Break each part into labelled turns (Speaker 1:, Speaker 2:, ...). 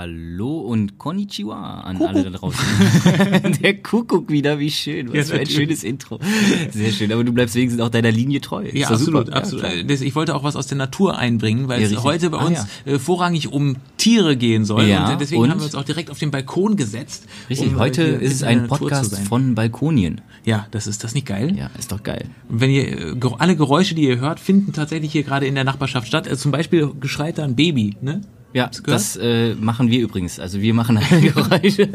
Speaker 1: Hallo und Konnichiwa an alle da draußen. Der Kuckuck wieder, wie schön. Was
Speaker 2: Ja,
Speaker 1: für ein
Speaker 2: natürlich.
Speaker 1: schönes Intro. Sehr schön, aber du bleibst wenigstens auch deiner Linie treu. Ist
Speaker 2: Ja,
Speaker 1: doch super.
Speaker 2: absolut, absolut.
Speaker 1: klar.
Speaker 2: Das- ich wollte auch was aus der Natur einbringen, weil
Speaker 1: Ja,
Speaker 2: es
Speaker 1: richtig.
Speaker 2: heute bei
Speaker 1: Ah,
Speaker 2: uns äh, vorrangig um Tiere gehen soll.
Speaker 1: Ja,
Speaker 2: und deswegen
Speaker 1: und?
Speaker 2: haben wir uns auch direkt auf den Balkon gesetzt.
Speaker 1: Richtig,
Speaker 2: um, äh,
Speaker 1: heute
Speaker 2: hier bisschen
Speaker 1: ist es
Speaker 2: in
Speaker 1: ein
Speaker 2: der Natur zu
Speaker 1: Podcast
Speaker 2: sein.
Speaker 1: von Balkonien.
Speaker 2: Ja, das ist das nicht geil.
Speaker 1: Ja, ist doch geil.
Speaker 2: Und Wenn ihr äh, ge- alle Geräusche, die ihr hört, finden tatsächlich hier gerade in der Nachbarschaft statt. Also zum Beispiel geschreit da ein Baby, ne?
Speaker 1: Ja,
Speaker 2: Hast du gehört?
Speaker 1: das äh, machen wir übrigens. Also wir machen alle Geräusche.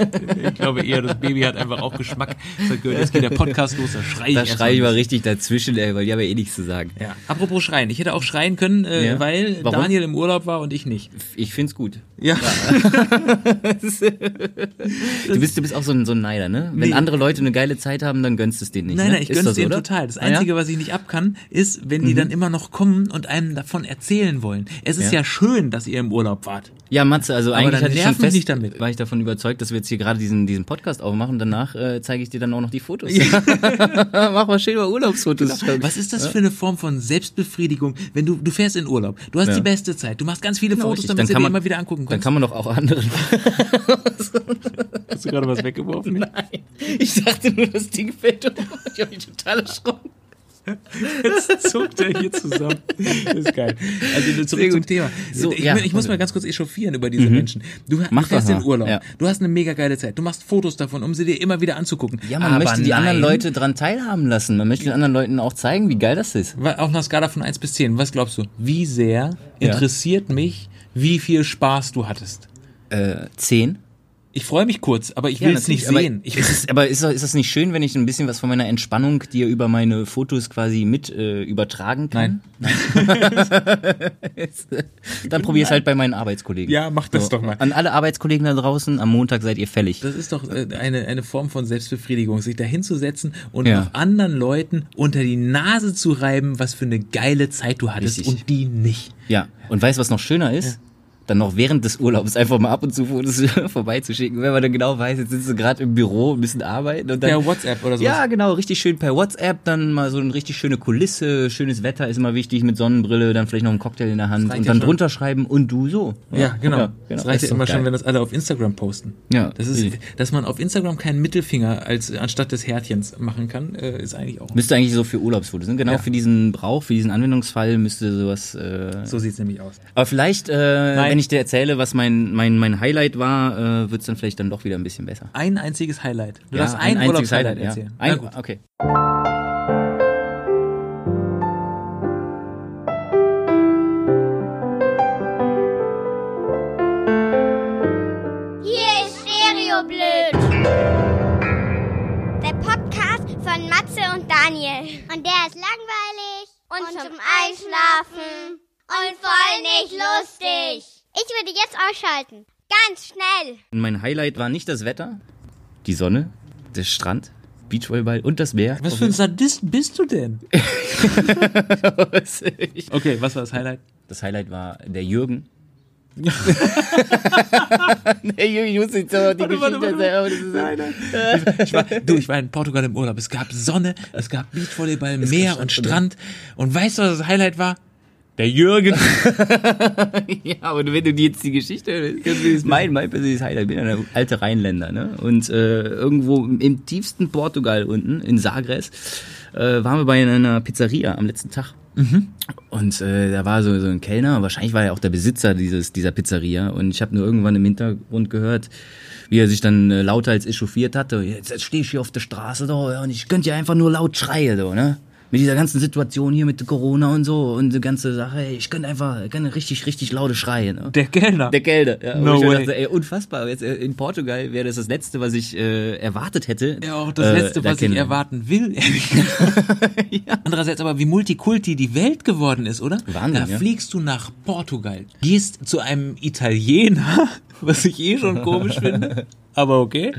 Speaker 2: ich glaube eher, das Baby hat einfach auch Geschmack. Das hat gehört, jetzt geht der Podcast los, da schrei ich
Speaker 1: Da
Speaker 2: erst
Speaker 1: schreie ich
Speaker 2: mal.
Speaker 1: mal richtig dazwischen, ey, weil die haben ja eh nichts zu sagen.
Speaker 2: Ja. Apropos schreien, ich hätte auch schreien können, äh,
Speaker 1: Ja.
Speaker 2: weil
Speaker 1: Warum?
Speaker 2: Daniel im Urlaub war und ich nicht.
Speaker 1: Ich find's gut.
Speaker 2: Ja.
Speaker 1: Du bist, du bist auch so ein, so ein Neider, ne? Wenn
Speaker 2: Nee.
Speaker 1: andere Leute eine geile Zeit haben, dann gönnst du es denen nicht.
Speaker 2: Nein,
Speaker 1: ne?
Speaker 2: nein, ich
Speaker 1: Ist
Speaker 2: gönn's
Speaker 1: das so,
Speaker 2: denen
Speaker 1: oder?
Speaker 2: total. Das
Speaker 1: Ah, ja? Mhm.
Speaker 2: Einzige, was ich nicht ab kann, ist, wenn die dann immer noch kommen und einem davon erzählen wollen. Es ist ja,
Speaker 1: Ja.
Speaker 2: schön, dass ihr im Urlaub wart.
Speaker 1: Ja, Matze, also eigentlich
Speaker 2: dann
Speaker 1: hatte ich schon
Speaker 2: nerv mich
Speaker 1: fest,
Speaker 2: nicht damit.
Speaker 1: war ich davon überzeugt, dass wir jetzt hier gerade diesen, diesen Podcast aufmachen. Danach äh, zeige ich dir dann auch noch die Fotos. Mach mal schön mal Urlaubsfotos.
Speaker 2: Was ist das für eine Form von Selbstbefriedigung, wenn du, du fährst in Urlaub, du hast
Speaker 1: Ja.
Speaker 2: die beste Zeit, du machst ganz viele
Speaker 1: Genau,
Speaker 2: Fotos,
Speaker 1: richtig.
Speaker 2: damit
Speaker 1: Dann
Speaker 2: du dir
Speaker 1: kann man-
Speaker 2: immer wieder angucken
Speaker 1: Dann
Speaker 2: kannst.
Speaker 1: kann man doch auch anderen.
Speaker 2: Hast du gerade was weggeworfen?
Speaker 1: Nein, ich dachte nur, das Ding fällt um. Ich habe mich total erschrocken.
Speaker 2: Jetzt zuckt er hier zusammen. Das ist geil. Also
Speaker 1: Sehr
Speaker 2: zurück zum
Speaker 1: gut.
Speaker 2: Thema.
Speaker 1: So,
Speaker 2: ich,
Speaker 1: ja. Mhm.
Speaker 2: ich muss mal ganz kurz echauffieren über diese Menschen. Du du
Speaker 1: Mach
Speaker 2: fährst
Speaker 1: doch
Speaker 2: in
Speaker 1: mal.
Speaker 2: Urlaub.
Speaker 1: Ja.
Speaker 2: Du hast eine mega geile Zeit. Du machst Fotos davon, um sie dir immer wieder anzugucken.
Speaker 1: Ja, man
Speaker 2: Aber
Speaker 1: möchte die
Speaker 2: nein.
Speaker 1: anderen Leute dran teilhaben lassen. Man möchte den anderen Leuten auch zeigen, wie geil das ist.
Speaker 2: Wa- Auf einer Skala von 1 bis 10, was glaubst du? Wie sehr interessiert mich, wie viel Spaß du hattest?
Speaker 1: Äh, zehn.
Speaker 2: Ich freue mich kurz, aber ich will es nicht
Speaker 1: natürlich,
Speaker 2: sehen.
Speaker 1: Aber,
Speaker 2: Ich,
Speaker 1: ist, es, aber ist, ist das nicht schön, wenn ich ein bisschen was von meiner Entspannung dir über meine Fotos quasi mit äh, übertragen kann? Nein. Dann probier es halt bei meinen Arbeitskollegen.
Speaker 2: Ja, mach das
Speaker 1: So,
Speaker 2: doch mal.
Speaker 1: An alle Arbeitskollegen da draußen, am Montag seid ihr fällig.
Speaker 2: das ist doch äh, eine, eine Form von Selbstbefriedigung, sich da hinzusetzen und
Speaker 1: Ja.
Speaker 2: noch anderen Leuten unter die Nase zu reiben, was für eine geile Zeit du hattest
Speaker 1: Richtig.
Speaker 2: und die nicht.
Speaker 1: Ja. Und weißt du, was noch schöner ist? Dann noch während des Urlaubs einfach mal ab und zu Fotos vorbeizuschicken, wenn man dann genau weiß, jetzt sind sie gerade im Büro, müssen arbeiten und dann
Speaker 2: Per WhatsApp oder sowas.
Speaker 1: Ja, genau, richtig schön per WhatsApp, dann mal so eine richtig schöne Kulisse, schönes Wetter ist immer wichtig mit Sonnenbrille, dann vielleicht noch einen Cocktail in der Hand
Speaker 2: reicht
Speaker 1: und
Speaker 2: ja
Speaker 1: dann
Speaker 2: schon.
Speaker 1: drunter schreiben und du so.
Speaker 2: Ja, genau.
Speaker 1: genau.
Speaker 2: Das reicht ja
Speaker 1: Ist doch
Speaker 2: immer
Speaker 1: geil.
Speaker 2: schon, wenn das alle auf Instagram posten.
Speaker 1: Ja,
Speaker 2: Das ist,
Speaker 1: richtig.
Speaker 2: dass man auf Instagram keinen Mittelfinger als anstatt des Härtchens machen kann, äh, ist eigentlich auch.
Speaker 1: Müsste eigentlich so für Urlaubsfotos, ne? genau
Speaker 2: Ja.
Speaker 1: für diesen Brauch, für diesen Anwendungsfall müsste sowas. Äh,
Speaker 2: So sieht's nämlich aus.
Speaker 1: aber vielleicht, äh, wenn ich dir erzähle, was mein mein mein Highlight war, äh, wird's dann vielleicht dann doch wieder ein bisschen besser.
Speaker 2: Ein einziges Highlight. Du
Speaker 1: Ja,
Speaker 2: darfst ein,
Speaker 1: einziges
Speaker 2: Urlaubshighlight
Speaker 1: Highlight,
Speaker 2: erzählen.
Speaker 1: Ja. Ein,
Speaker 2: Na gut.
Speaker 1: okay.
Speaker 3: Hier ist Stereoblöd. Der Podcast von Matze und Daniel. Und der ist langweilig und, zum Einschlafen und voll nicht lustig. Ich würde jetzt ausschalten. Ganz schnell.
Speaker 1: Und mein Highlight war nicht das Wetter, die Sonne, der Strand, Beachvolleyball und das Meer.
Speaker 2: Was für ein Sadist bist du denn?
Speaker 1: Ich-
Speaker 2: Okay, was war das Highlight?
Speaker 1: Das Highlight war der Jürgen. der Jürgen, ich muss jetzt aber die
Speaker 2: warte,
Speaker 1: Geschichte erzählen.
Speaker 2: warte.
Speaker 1: aber das ist-
Speaker 2: Ich war, du, ich war in Portugal im Urlaub. Es gab Sonne, es gab Beachvolleyball, Meer und Strand. Und weißt du, was das Highlight war? Der Jürgen.
Speaker 1: Ja, aber wenn du die jetzt die Geschichte hörst, das ist mein, mein persönliches Highlight. Ich bin ein alter Rheinländer, ne? Und äh, irgendwo im, im tiefsten Portugal unten, in Sagres, äh, waren wir bei einer Pizzeria am letzten Tag. Und äh, da war so, so ein Kellner, wahrscheinlich war er auch der Besitzer dieses, dieser Pizzeria. Und ich habe nur irgendwann im Hintergrund gehört, wie er sich dann äh, lauter als echauffiert hatte. Jetzt, jetzt stehe ich hier auf der Straße da ja, und ich könnte ja einfach nur laut schreien, so, ne? Mit dieser ganzen Situation hier mit Corona und so und die ganze Sache, ey, ich könnte einfach könnte richtig, richtig laute schreien. Ne?
Speaker 2: Der Kellner.
Speaker 1: Der Gelder. Ja,
Speaker 2: No
Speaker 1: no ich
Speaker 2: way.
Speaker 1: way. Dachte, ey, unfassbar. Jetzt, äh, in Portugal wäre das das Letzte, was ich äh, erwartet hätte. Äh,
Speaker 2: Ja, auch das Letzte,
Speaker 1: da
Speaker 2: was ich
Speaker 1: kennenlernen.
Speaker 2: erwarten will. Andererseits aber, wie Multikulti die Welt geworden ist, oder?
Speaker 1: Wahnsinn,
Speaker 2: Da
Speaker 1: ja.
Speaker 2: fliegst du nach Portugal, gehst zu einem Italiener, was ich eh schon komisch finde, aber okay,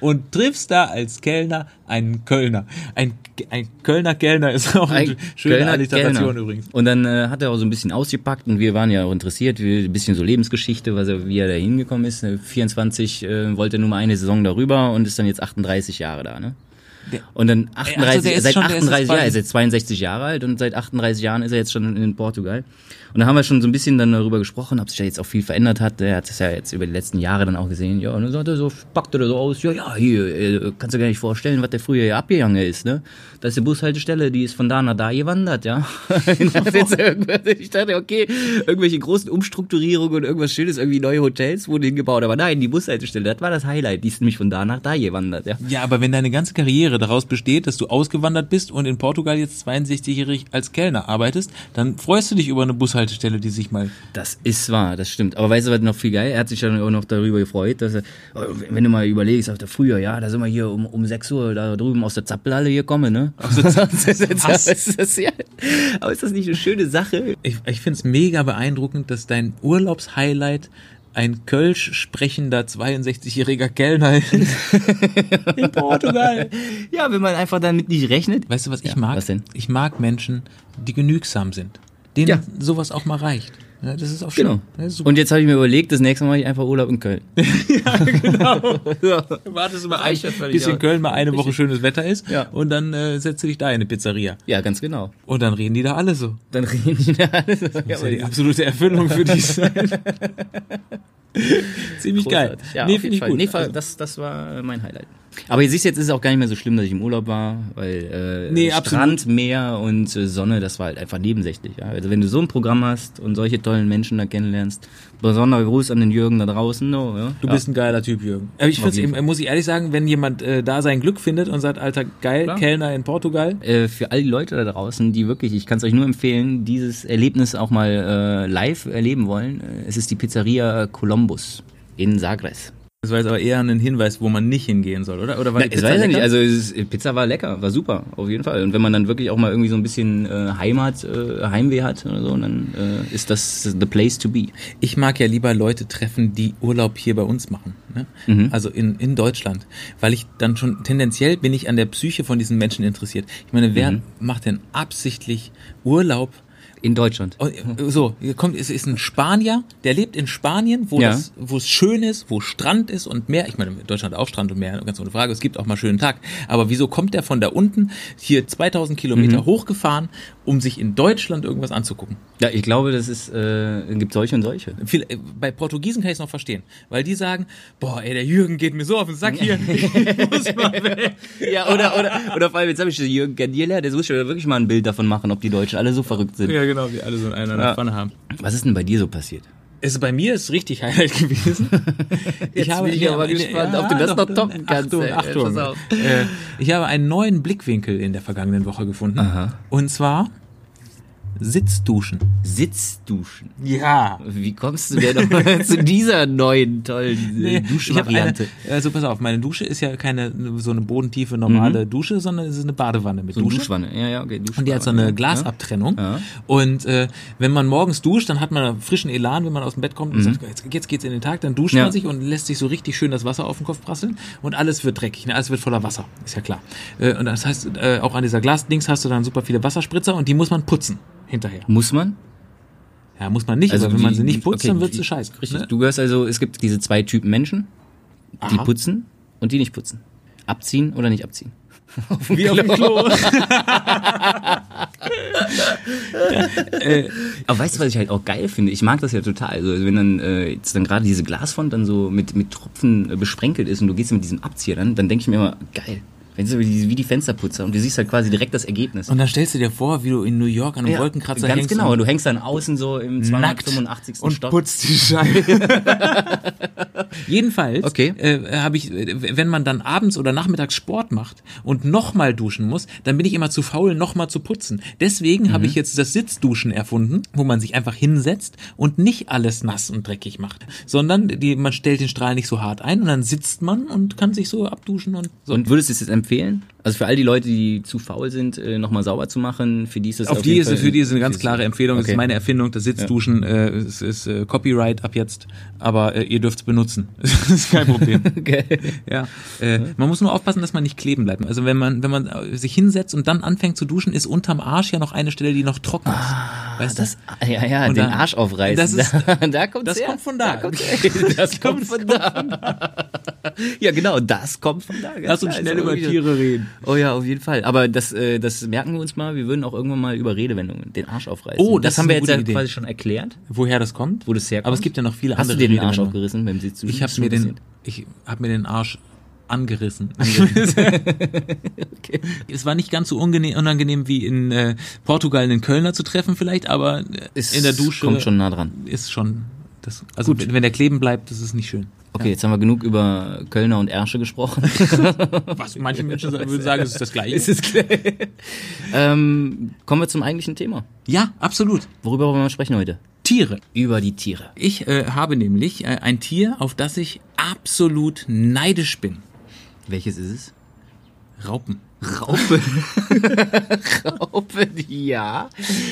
Speaker 2: und triffst da als Kellner einen Kölner. Ein, ein Kölner Kellner ist auch eine
Speaker 1: Ein
Speaker 2: schöne
Speaker 1: Kölner
Speaker 2: Alliteration
Speaker 1: Kellner.
Speaker 2: übrigens.
Speaker 1: Und dann äh, hat er auch so ein bisschen ausgepackt und wir waren ja auch interessiert, wie, ein bisschen so Lebensgeschichte, was er, wie er da äh, hingekommen ist. 24 äh, wollte nur mal eine Saison darüber und ist dann jetzt 38 Jahre da, ne? Und dann 38,
Speaker 2: also der ist
Speaker 1: seit
Speaker 2: schon- der ist jetzt
Speaker 1: 38 Jahren,
Speaker 2: bald-
Speaker 1: er ist jetzt 62 Jahre alt und seit 38 Jahren ist er jetzt schon in Portugal. Und da haben wir schon so ein bisschen dann darüber gesprochen, ob sich da jetzt auch viel verändert hat. Er hat es ja jetzt über die letzten Jahre dann auch gesehen. Ja, und dann sagt er so, packt er so aus, ja, ja, hier, äh, kannst du gar nicht vorstellen, was der früher hier abgegangen ist, ne? Da ist die Bushaltestelle, die ist von da nach da gewandert, ja. ich, dachte jetzt irgendwas- ich dachte, okay, irgendwelche großen Umstrukturierungen und irgendwas Schönes, irgendwie neue Hotels wurden hingebaut. Aber nein, die Bushaltestelle, das war das Highlight. Die ist nämlich von da nach da gewandert, ja.
Speaker 2: Ja, aber wenn deine ganze Karriere daraus besteht, dass du ausgewandert bist und in Portugal jetzt 62-jährig als Kellner arbeitest, dann freust du dich über eine Bushaltestelle, die sich mal.
Speaker 1: Das ist wahr, das stimmt. Aber weißt du, was noch viel geil? Er hat sich ja auch noch darüber gefreut, dass er, oh, wenn du mal überlegst, auf der früher, ja, da sind wir hier um, um 6 Uhr da drüben aus der Zappelhalle gekommen, ne? Aus der
Speaker 2: Was?
Speaker 1: Zappelhalle. Aber ist das nicht eine schöne Sache?
Speaker 2: Ich, ich finde es mega beeindruckend, dass dein Urlaubshighlight ein Kölsch sprechender 62-jähriger Kellner ist. in Portugal.
Speaker 1: Ja, wenn man einfach damit nicht rechnet.
Speaker 2: Weißt du, was ich
Speaker 1: Ja,
Speaker 2: mag?
Speaker 1: was denn?
Speaker 2: Ich mag Menschen, die genügsam sind, denen
Speaker 1: Ja.
Speaker 2: sowas auch mal reicht. Ja, das ist auch schön.
Speaker 1: Genau.
Speaker 2: Ja, super.
Speaker 1: Und jetzt habe ich mir überlegt, das nächste Mal mache ich einfach Urlaub in Köln.
Speaker 2: wartest genau. du mal
Speaker 1: reicht ja
Speaker 2: ein
Speaker 1: völlig
Speaker 2: bis in
Speaker 1: aus.
Speaker 2: Köln mal eine Woche schönes Wetter ist
Speaker 1: Ja.
Speaker 2: und dann äh, setzt du dich da in eine Pizzeria.
Speaker 1: Ja, ganz genau.
Speaker 2: Und dann reden die da alle so.
Speaker 1: Dann reden die da alles. Ja,
Speaker 2: Das ist ja die absolute Erfüllung für die Zeit. Ziemlich geil.
Speaker 1: Ja,
Speaker 2: nee,
Speaker 1: auf jeden
Speaker 2: finde ich
Speaker 1: Fall.
Speaker 2: gut.
Speaker 1: Nee,
Speaker 2: also,
Speaker 1: das, das war äh, mein Highlight. Aber ihr siehst, jetzt ist es auch gar nicht mehr so schlimm, dass ich im Urlaub war, weil äh,
Speaker 2: Nee,
Speaker 1: Strand, Meer und äh, Sonne, das war halt einfach nebensächlich. Ja? Also wenn du so ein Programm hast und solche tollen Menschen da kennenlernst, besonderer Gruß an den Jürgen da draußen. No, ja?
Speaker 2: du
Speaker 1: ja.
Speaker 2: bist ein geiler Typ, Jürgen. Aber ich
Speaker 1: Auf
Speaker 2: finde
Speaker 1: jeden
Speaker 2: es, muss ich ehrlich sagen, wenn jemand äh, da sein Glück findet und sagt, alter, geil,
Speaker 1: Klar.
Speaker 2: Kellner in Portugal.
Speaker 1: Äh, für all die Leute da draußen, die wirklich, ich kann es euch nur empfehlen, dieses Erlebnis auch mal äh, live erleben wollen, äh, es ist die Pizzeria Columbus in Sagres.
Speaker 2: Das war jetzt aber eher ein Hinweis, wo man nicht hingehen soll, oder? Oder war
Speaker 1: Na, ich weiß ja nicht, also es, ist- Pizza war lecker, war super, auf jeden Fall. Und wenn man dann wirklich auch mal irgendwie so ein bisschen äh, Heimat, äh, Heimweh hat oder so, dann äh, ist das the place to be.
Speaker 2: ich mag ja lieber Leute treffen, die Urlaub hier bei uns machen. Ne? Also in, in Deutschland. Weil ich dann schon tendenziell bin ich an der Psyche von diesen Menschen interessiert. Ich meine, wer macht denn absichtlich Urlaub?
Speaker 1: In Deutschland.
Speaker 2: Und, äh, So, hier kommt, es ist ein Spanier, der lebt in Spanien, wo
Speaker 1: Ja.
Speaker 2: das, wo es schön ist, wo Strand ist und Meer. Ich meine, in Deutschland hat auch Strand und Meer, ganz ohne Frage. Es gibt auch mal schönen Tag. Aber wieso kommt der von da unten hier 2000 Kilometer hochgefahren, um sich in Deutschland irgendwas anzugucken?
Speaker 1: Ja, ich glaube, das ist, äh, gibt solche und solche.
Speaker 2: Viel, äh, bei Portugiesen kann ich es noch verstehen, weil die sagen, boah, ey, der Jürgen geht mir so auf den Sack hier. Ich muss mal weg.
Speaker 1: Ja, oder, oder, oder vor allem, jetzt habe ich den Jürgen Gardierler, der muss schon wirklich mal ein Bild davon machen, ob die Deutschen alle so verrückt sind.
Speaker 2: Ja, genau, wie alle so einen an der
Speaker 1: Ja.
Speaker 2: Pfanne haben.
Speaker 1: Was ist denn bei dir so passiert?
Speaker 2: Also bei mir ist richtig Highlight gewesen.
Speaker 1: Jetzt bin ich
Speaker 2: mir
Speaker 1: aber
Speaker 2: eine-
Speaker 1: gespannt, ob du das noch toppen kannst,
Speaker 2: Achtung,
Speaker 1: ey.
Speaker 2: Achtung.
Speaker 1: Pass auf.
Speaker 2: Äh, ich habe einen neuen Blickwinkel in der vergangenen Woche gefunden. Und zwar Sitzduschen.
Speaker 1: Sitzduschen.
Speaker 2: Ja.
Speaker 1: Wie kommst du denn noch zu dieser neuen, tollen äh,
Speaker 2: ich habe eine,
Speaker 1: Duschvariante?
Speaker 2: also pass auf, meine Dusche ist ja keine so eine bodentiefe normale Dusche, sondern es ist eine Badewanne
Speaker 1: Mhm.
Speaker 2: mit
Speaker 1: So eine
Speaker 2: Dusche.
Speaker 1: Duschwanne. Ja, ja, okay. Duschwanne.
Speaker 2: Und die hat so eine
Speaker 1: Ja?
Speaker 2: Glasabtrennung.
Speaker 1: Ja.
Speaker 2: Und äh, wenn man morgens duscht, dann hat man einen frischen Elan, wenn man aus dem Bett kommt und sagt, jetzt, jetzt geht's in den Tag, dann duscht
Speaker 1: Mhm. Ja.
Speaker 2: man sich und lässt sich so richtig schön das Wasser auf den Kopf prasseln und alles wird dreckig, ne? alles wird voller Wasser, ist ja klar. Äh, und das heißt, äh, auch an dieser Glasdings hast du dann super viele Wasserspritzer und die muss man putzen hinterher.
Speaker 1: Muss man?
Speaker 2: Ja, muss man nicht, aber wenn
Speaker 1: die-
Speaker 2: man sie
Speaker 1: die-
Speaker 2: nicht putzt,
Speaker 1: Also okay,
Speaker 2: dann wird
Speaker 1: die-
Speaker 2: sie scheiße.
Speaker 1: Richtig.
Speaker 2: Ne?
Speaker 1: Du gehörst also, es gibt diese zwei Typen Menschen, die
Speaker 2: Aha.
Speaker 1: putzen und die nicht putzen. Abziehen oder nicht abziehen.
Speaker 2: Wie auf dem Klo.
Speaker 1: Aber weißt du, was ich halt auch geil finde? Ich mag das ja total. Also wenn dann äh, jetzt dann gerade diese Glasfront dann so mit, mit Tropfen äh, besprenkelt ist und du gehst mit diesem Abzieher dann, dann denke ich mir immer, geil. Wenn du wie die- wie die Fensterputzer und du siehst halt quasi direkt das Ergebnis.
Speaker 2: Und dann stellst du dir vor, wie du in New York an einem Wolkenkratzer
Speaker 1: Ganz
Speaker 2: hängst
Speaker 1: genau.
Speaker 2: und
Speaker 1: Du hängst dann außen so im
Speaker 2: nackt
Speaker 1: 285.
Speaker 2: und
Speaker 1: Stock.
Speaker 2: putzt die Scheibe. Jedenfalls
Speaker 1: Okay.
Speaker 2: äh, habe ich, äh, wenn man dann abends oder nachmittags Sport macht und nochmal duschen muss, dann bin ich immer zu faul, nochmal zu putzen. Deswegen habe ich jetzt das Sitzduschen erfunden, wo man sich einfach hinsetzt und nicht alles nass und dreckig macht, sondern die, man stellt den Strahl nicht so hart ein und dann sitzt man und kann sich so abduschen und so.
Speaker 1: Und würdest du es jetzt empfehlen? Also für all die Leute, die zu faul sind, nochmal sauber zu machen, für die ist das
Speaker 2: Auf,
Speaker 1: auf
Speaker 2: die
Speaker 1: jeden
Speaker 2: ist,
Speaker 1: Fall-
Speaker 2: für die ist eine ganz klare Empfehlung. Das
Speaker 1: Okay.
Speaker 2: ist meine Erfindung, das Sitzduschen. Äh, es ist äh, Copyright ab jetzt, aber äh, ihr dürft's benutzen. das ist kein Problem.
Speaker 1: Okay.
Speaker 2: ja. Äh, man muss nur aufpassen, dass man nicht kleben bleibt. Also wenn man, wenn man äh, sich hinsetzt und dann anfängt zu duschen, ist unterm Arsch ja noch eine Stelle, die noch trocken ist. weißt du?
Speaker 1: Das, ah, ja, ja,
Speaker 2: Und
Speaker 1: den
Speaker 2: dann-
Speaker 1: Arsch aufreißen.
Speaker 2: Das ist-
Speaker 1: da, da kommt's
Speaker 2: das
Speaker 1: her.
Speaker 2: kommt von da.
Speaker 1: kommt's her. Das kommt von da. Ja, genau, das kommt von da.
Speaker 2: Lass uns
Speaker 1: Ja,
Speaker 2: schnell
Speaker 1: ist auch
Speaker 2: über
Speaker 1: irgendwie-
Speaker 2: Tiere reden.
Speaker 1: Also, Oh ja, auf jeden Fall. Aber das, äh, das merken wir uns mal. Wir würden auch irgendwann mal über Redewendungen den Arsch aufreißen.
Speaker 2: Oh, das
Speaker 1: haben
Speaker 2: ist
Speaker 1: wir
Speaker 2: eine
Speaker 1: jetzt
Speaker 2: gute
Speaker 1: ja
Speaker 2: Idee.
Speaker 1: quasi schon erklärt,
Speaker 2: Woher das kommt?
Speaker 1: wo das herkommt.
Speaker 2: Aber es gibt ja noch viele
Speaker 1: Hast du
Speaker 2: andere
Speaker 1: dir
Speaker 2: genau.
Speaker 1: den Arsch
Speaker 2: Redewendungen.
Speaker 1: aufgerissen beim Sitzen?
Speaker 2: Ich habe
Speaker 1: Schon
Speaker 2: mir den,
Speaker 1: passiert.
Speaker 2: ich habe mir den Arsch angerissen. Es war nicht ganz so unangenehm, unangenehm wie in äh, Portugal einen Kölner zu treffen vielleicht, aber äh,
Speaker 1: Ist-
Speaker 2: in der Dusche
Speaker 1: Kommt schon nah dran.
Speaker 2: ist schon das. Also wenn, wenn der kleben bleibt, das ist nicht schön.
Speaker 1: Okay, jetzt haben wir genug über Kölner und Ärsche gesprochen.
Speaker 2: Was manche Menschen sa- würden sagen, es ist das Gleiche.
Speaker 1: ist klar. ähm, kommen wir zum eigentlichen Thema.
Speaker 2: ja, absolut.
Speaker 1: Worüber wollen wir sprechen heute?
Speaker 2: Tiere.
Speaker 1: Über die Tiere.
Speaker 2: Ich äh, habe nämlich äh, ein Tier, auf das ich absolut neidisch bin.
Speaker 1: Welches ist es?
Speaker 2: Raupen.
Speaker 1: Raupe. Raupe, ja.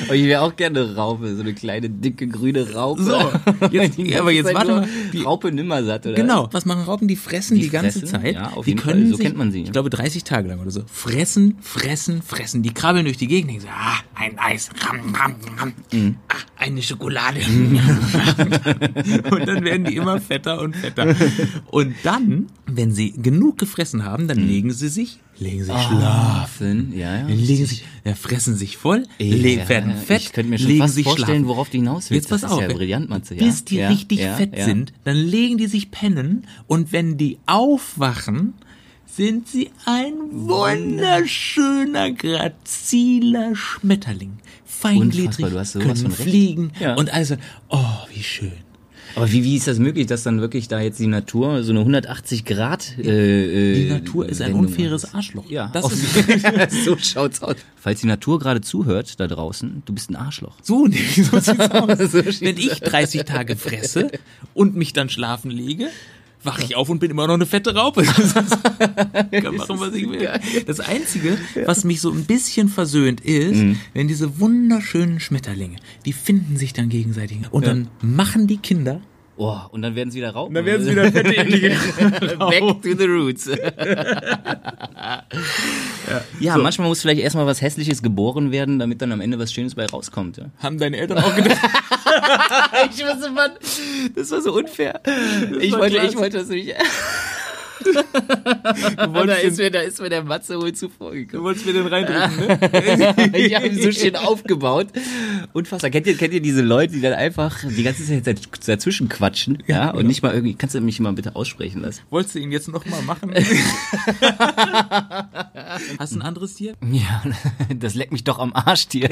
Speaker 1: Aber ich wäre auch gerne Raupe, so eine kleine, dicke, grüne Raupe.
Speaker 2: So, jetzt-
Speaker 1: Die ganze
Speaker 2: aber jetzt
Speaker 1: Zeit
Speaker 2: warte
Speaker 1: nur
Speaker 2: mal, die-
Speaker 1: Raupe nimmersatt, oder?
Speaker 2: Genau. Was machen Raupen? Die fressen die, ganze
Speaker 1: fressen,
Speaker 2: Zeit.
Speaker 1: ja, auf
Speaker 2: die
Speaker 1: jeden Fall. So kennt man sie.
Speaker 2: Ich glaube 30 Tage lang oder so. Fressen, fressen, fressen. Die krabbeln durch die Gegend. Denken so, ah, ein Eis. Ram, ram, ram.
Speaker 1: Mhm.
Speaker 2: Ah, eine Schokolade. und dann werden die immer fetter und fetter. Und dann, wenn sie genug gefressen haben,
Speaker 1: Mhm.
Speaker 2: dann legen sie sich,
Speaker 1: Ah,
Speaker 2: legen sie schlafen.
Speaker 1: Affen, ja, ja.
Speaker 2: Dann legen sich, ja, fressen sich voll,
Speaker 1: Ja,
Speaker 2: le- werden fett,
Speaker 1: Ich könnte mir schon
Speaker 2: legen
Speaker 1: fast
Speaker 2: sich
Speaker 1: vorstellen,
Speaker 2: schlafen.
Speaker 1: worauf du hinaus willst.
Speaker 2: Jetzt pass
Speaker 1: das
Speaker 2: auf,
Speaker 1: ist ja
Speaker 2: wenn-
Speaker 1: brillant, Matze. Ja?
Speaker 2: bis die
Speaker 1: ja,
Speaker 2: richtig
Speaker 1: ja,
Speaker 2: fett
Speaker 1: ja.
Speaker 2: sind, dann legen die sich pennen und wenn die aufwachen, sind sie ein wunderschöner, graziler Schmetterling. Feingliedrig,
Speaker 1: Unfassbar, du hast sowas
Speaker 2: können
Speaker 1: von recht.
Speaker 2: fliegen
Speaker 1: Ja.
Speaker 2: und also, oh, wie schön.
Speaker 1: Aber wie, wie ist das möglich, dass dann wirklich da jetzt die Natur so eine 180 Grad... Äh,
Speaker 2: Die
Speaker 1: äh,
Speaker 2: Natur ist ein
Speaker 1: Wendung
Speaker 2: unfaires Arschloch.
Speaker 1: Ja,
Speaker 2: das
Speaker 1: auf-
Speaker 2: ist
Speaker 1: so schaut's aus. Falls die Natur gerade zuhört da draußen, du bist ein Arschloch.
Speaker 2: so, nee, so sieht's aus.
Speaker 1: So sieht's
Speaker 2: Wenn ich 30 Tage fresse und mich dann schlafen lege, wache ich auf und bin immer noch eine fette Raupe. Das ist- kann machen, was ich will. Das Einzige, was mich so ein bisschen versöhnt, ist, wenn diese wunderschönen Schmetterlinge, die finden sich dann gegenseitig und dann machen die Kinder
Speaker 1: Oh, und dann werden sie wieder rauben.
Speaker 2: Dann werden sie wieder fette, eklige
Speaker 1: Back to the roots. ja, manchmal muss vielleicht erstmal was Hässliches geboren werden, damit dann am Ende was Schönes bei rauskommt. Ja.
Speaker 2: haben deine Eltern auch gedacht,
Speaker 1: Ich wusste, Mann, das war so unfair. ich,
Speaker 2: war
Speaker 1: wollte, ich
Speaker 2: klasse.
Speaker 1: wollte das nicht.
Speaker 2: du
Speaker 1: Da
Speaker 2: wolltest,
Speaker 1: ist,
Speaker 2: den,
Speaker 1: mir, da ist mir der Matze wohl zuvor
Speaker 2: du
Speaker 1: gekommen.
Speaker 2: wolltest mir den reindrücken, ne?
Speaker 1: Ich habe ihn so schön aufgebaut. Unfassbar. Kennt ihr, kennt ihr diese Leute, die dann einfach die ganze Zeit daz- dazwischen quatschen? Ja, und nicht mal irgendwie. Kannst du mich mal bitte aussprechen lassen?
Speaker 2: Wolltest du ihn jetzt noch mal machen? Hast du ein anderes Tier?
Speaker 1: Ja, das leckt mich doch am Arsch, dir.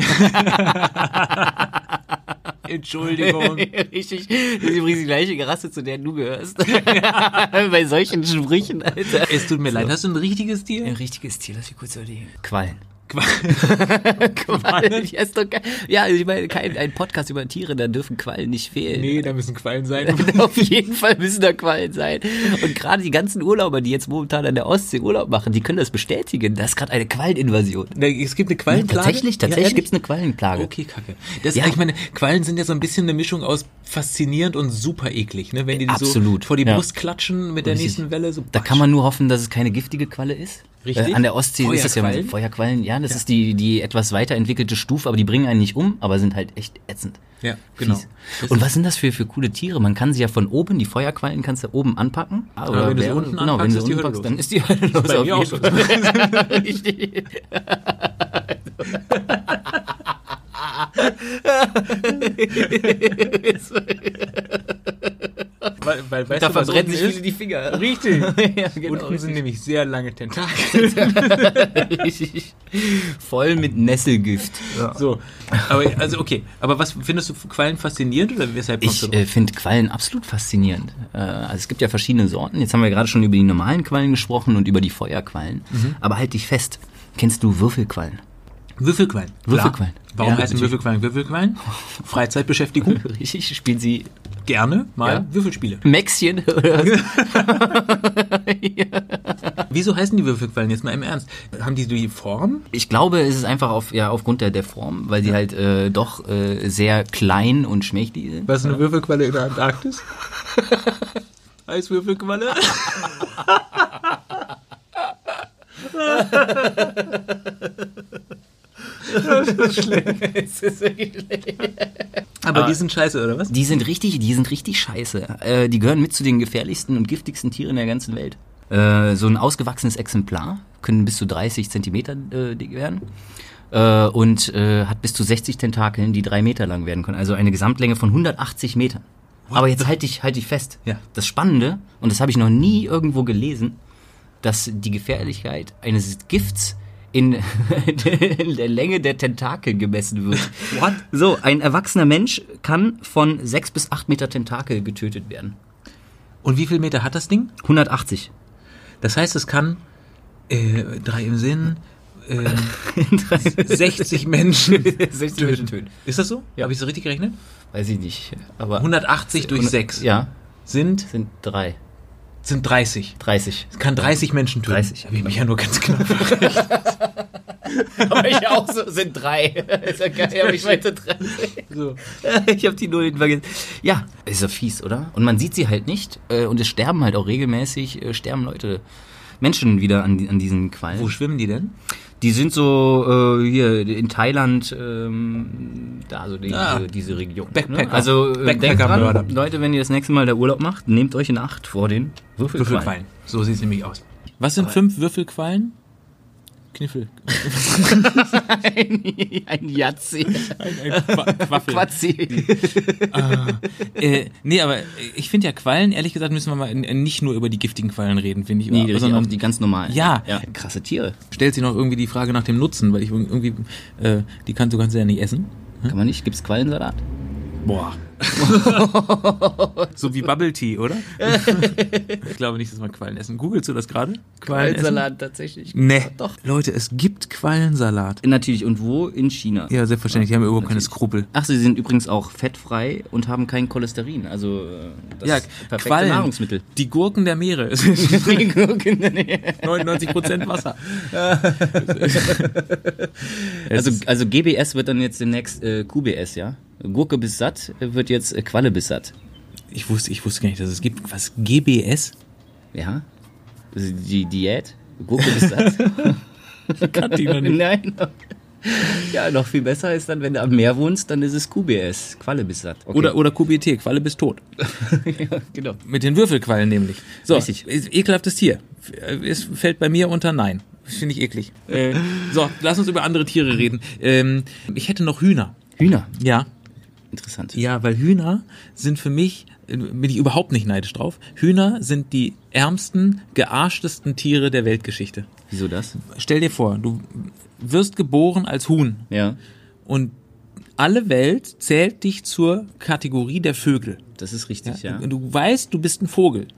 Speaker 2: Entschuldigung.
Speaker 1: Richtig. Das ist übrigens die gleiche Rasse, zu der du gehörst. Bei solchen Sprüchen, Alter.
Speaker 2: Es tut mir leid. Hast du ein richtiges Tier?
Speaker 1: richtiges Tier, lass mich kurz überlegen. Quallen.
Speaker 2: Quallen?
Speaker 1: Ja, ist doch geil. Ja, also ich meine, kein, ein Podcast über Tiere, da dürfen Quallen nicht fehlen.
Speaker 2: Nee, da müssen Quallen sein.
Speaker 1: Auf jeden Fall müssen da Quallen sein. Und gerade die ganzen Urlauber, die jetzt momentan an der Ostsee Urlaub machen, die können das bestätigen. Da ist gerade eine Qualleninvasion.
Speaker 2: Nee, Es gibt eine Quallenplage.
Speaker 1: Tatsächlich, tatsächlich gibt's eine Quallenplage.
Speaker 2: Okay, kacke. Das,
Speaker 1: Ja.
Speaker 2: Ich meine, Quallen sind ja so ein bisschen eine Mischung aus faszinierend und super eklig, ne? Wenn die, die
Speaker 1: Absolut,
Speaker 2: so vor die
Speaker 1: ja.
Speaker 2: Brust klatschen mit der
Speaker 1: Richtig.
Speaker 2: nächsten Welle. So
Speaker 1: Da kann man nur hoffen, dass es keine giftige Qualle ist.
Speaker 2: Richtig.
Speaker 1: Äh, an der Ostsee ist das ja mal so.
Speaker 2: Feuerquallen?
Speaker 1: Feuerquallen. Ja, das ist die, die etwas weiterentwickelte Stufe, aber die bringen einen nicht um, aber sind halt echt ätzend.
Speaker 2: Ja, genau.
Speaker 1: Fies. Und was sind das für, für coole Tiere? Man kann sie ja von oben, die Feuerquallen kannst du oben anpacken. Aber
Speaker 2: wenn du sie unten
Speaker 1: genau, wenn
Speaker 2: anpackst,
Speaker 1: du
Speaker 2: ist
Speaker 1: sie
Speaker 2: die
Speaker 1: unten
Speaker 2: Hölle
Speaker 1: packst, dann
Speaker 2: los.
Speaker 1: ist die Hölle los. jeden
Speaker 2: bei mir auch
Speaker 1: Fall. Richtig.
Speaker 2: Weil, weil, weißt
Speaker 1: Da
Speaker 2: du, was
Speaker 1: verbrennen
Speaker 2: unten
Speaker 1: sich
Speaker 2: ist?
Speaker 1: viele die Finger.
Speaker 2: Richtig.
Speaker 1: Ja, genau,
Speaker 2: Unten sind
Speaker 1: richtig.
Speaker 2: nämlich sehr lange Tentakel.
Speaker 1: Richtig. Voll mit Nesselgift.
Speaker 2: So. Aber, also, okay. Aber was findest du Quallen faszinierend oder weshalb kommst
Speaker 1: Ich
Speaker 2: du
Speaker 1: äh, finde Quallen absolut faszinierend. Äh, also es gibt ja verschiedene Sorten. Jetzt haben wir gerade schon über die normalen Quallen gesprochen und über die Feuerquallen. Aber halt dich fest. Kennst du Würfelquallen?
Speaker 2: Würfelquallen.
Speaker 1: Würfelquallen.
Speaker 2: Klar. Warum
Speaker 1: äh, Ja,
Speaker 2: heißen
Speaker 1: natürlich.
Speaker 2: Würfelquallen Würfelquallen? Freizeitbeschäftigung.
Speaker 1: Richtig, spielen sie
Speaker 2: Gerne mal
Speaker 1: Ja.
Speaker 2: Würfelspiele.
Speaker 1: Mäxchen oder was?
Speaker 2: Wieso heißen die Würfelquallen jetzt mal im Ernst? Haben die die Form?
Speaker 1: Ich glaube, es ist einfach auf, ja, aufgrund der, der Form, weil sie halt äh, doch äh, sehr klein und schmächtig sind.
Speaker 2: Was ist eine Würfelqualle in der Antarktis? Eiswürfelqualle? Aber die sind scheiße, oder was?
Speaker 1: Die sind richtig, die sind richtig scheiße. Äh, die gehören mit zu den gefährlichsten und giftigsten Tieren der ganzen Welt. Äh, so ein ausgewachsenes Exemplar können bis zu 30 Zentimeter äh, dick werden äh, und äh, hat bis zu 60 Tentakeln, die drei Meter lang werden können. Also eine Gesamtlänge von 180 Metern. Aber jetzt halt dich, halt dich fest.
Speaker 2: Ja.
Speaker 1: Das Spannende, und das habe ich noch nie irgendwo gelesen, dass die Gefährlichkeit eines Gifts in der Länge der Tentakel gemessen wird.
Speaker 2: What?
Speaker 1: So, ein erwachsener Mensch kann von 6 bis 8 Meter Tentakel getötet werden.
Speaker 2: Und wie viel Meter hat das Ding?
Speaker 1: 180.
Speaker 2: Das heißt, es kann äh, drei im Sinn, äh, 60 Menschen.
Speaker 1: 60 Menschen töten.
Speaker 2: Ist das so? Habe ich so richtig gerechnet?
Speaker 1: Weiß ich nicht. Aber
Speaker 2: 180 durch 6
Speaker 1: Ja,
Speaker 2: sind,
Speaker 1: sind drei.
Speaker 2: sind 30.
Speaker 1: 30.
Speaker 2: Es kann 30 Menschen töten.
Speaker 1: 30,
Speaker 2: Habe ich mich ja nur ganz knapp.
Speaker 1: Aber ich auch so, sind drei. Ist ja geil, aber ich meinte drei.
Speaker 2: so.
Speaker 1: Ich habe die Null hinten vergessen. Ja, ist ja fies, oder? Und man sieht sie halt nicht. äh, Und es sterben halt auch regelmäßig, äh, sterben Leute, Menschen wieder an, an diesen Quallen.
Speaker 2: Wo schwimmen die denn?
Speaker 1: Die sind so äh, hier in Thailand, ähm, da so die,
Speaker 2: Ah.
Speaker 1: diese, diese Region.
Speaker 2: Backpacker.
Speaker 1: Also äh, denkt
Speaker 2: Backpacker-Mörder.
Speaker 1: dran, Leute, wenn ihr das nächste Mal da Urlaub macht, nehmt euch in Acht vor den Würfelquallen.
Speaker 2: Würfelquallen. So sieht es nämlich aus. Was sind fünf Würfelquallen? Kniffel.
Speaker 1: Ein Jazzi.
Speaker 2: Ein, ein Qua- Quaffel.
Speaker 1: Quatzi.
Speaker 2: Äh, nee, aber ich finde ja Quallen, ehrlich gesagt, müssen wir mal äh, nicht nur über die giftigen Quallen reden, finde ich.
Speaker 1: Nee, sondern
Speaker 2: sondern
Speaker 1: auch die ganz normalen.
Speaker 2: Ja.
Speaker 1: krasse Tiere.
Speaker 2: stellt sich noch irgendwie die Frage nach dem Nutzen, weil ich irgendwie, äh, die kannst du ganz ja nicht essen.
Speaker 1: Kann man nicht? Gibt's Quallensalat?
Speaker 2: Boah. so wie Bubble Tea, oder? ich glaube nicht, dass man Quallen essen. Googlest du das gerade?
Speaker 1: tatsächlich.
Speaker 2: Essen? Nee. Doch. Leute, es gibt Quallensalat.
Speaker 1: Natürlich. Und wo? In China.
Speaker 2: Ja, selbstverständlich. Die haben ja überhaupt keine
Speaker 1: Natürlich.
Speaker 2: Skrupel.
Speaker 1: Ach, so, sie sind übrigens auch fettfrei und haben kein Cholesterin. Also äh, das
Speaker 2: Ja,
Speaker 1: perfekte
Speaker 2: Quallen.
Speaker 1: Nahrungsmittel.
Speaker 2: Die Gurken der Meere. 99% Wasser.
Speaker 1: Also, also GBS wird dann jetzt demnächst äh, QBS, ja? Gurke bis satt äh, wird jetzt äh, Qualle bis satt.
Speaker 2: Ich wusste, ich wusste gar nicht, dass es gibt. Was? GBS?
Speaker 1: Ja? Das ist die Diät? Gurke bis satt?
Speaker 2: Kannte ich noch nicht.
Speaker 1: Nein. Ja, noch viel besser ist dann, wenn du am Meer wohnst, dann ist es QBS, Qualle bis satt. Okay.
Speaker 2: Oder, oder QBT, Qualle bis tot.
Speaker 1: ja, genau.
Speaker 2: Mit den Würfelquallen nämlich. So,
Speaker 1: Richtig.
Speaker 2: Ist ekelhaftes Tier. F- äh, Es fällt bei mir unter Nein. Das Finde ich eklig. Äh, so, lass uns über andere Tiere reden. Ähm, ich hätte noch Hühner.
Speaker 1: Hühner,
Speaker 2: Ja.
Speaker 1: interessant.
Speaker 2: Ja, weil Hühner sind für mich, äh, bin ich überhaupt nicht neidisch drauf. Hühner sind die ärmsten, gearschtesten Tiere der Weltgeschichte.
Speaker 1: Wieso das?
Speaker 2: Stell dir vor, du wirst geboren als Huhn
Speaker 1: Ja,
Speaker 2: und alle Welt zählt dich zur Kategorie der Vögel.
Speaker 1: das ist richtig, ja.
Speaker 2: Du, du weißt, du bist ein Vogel.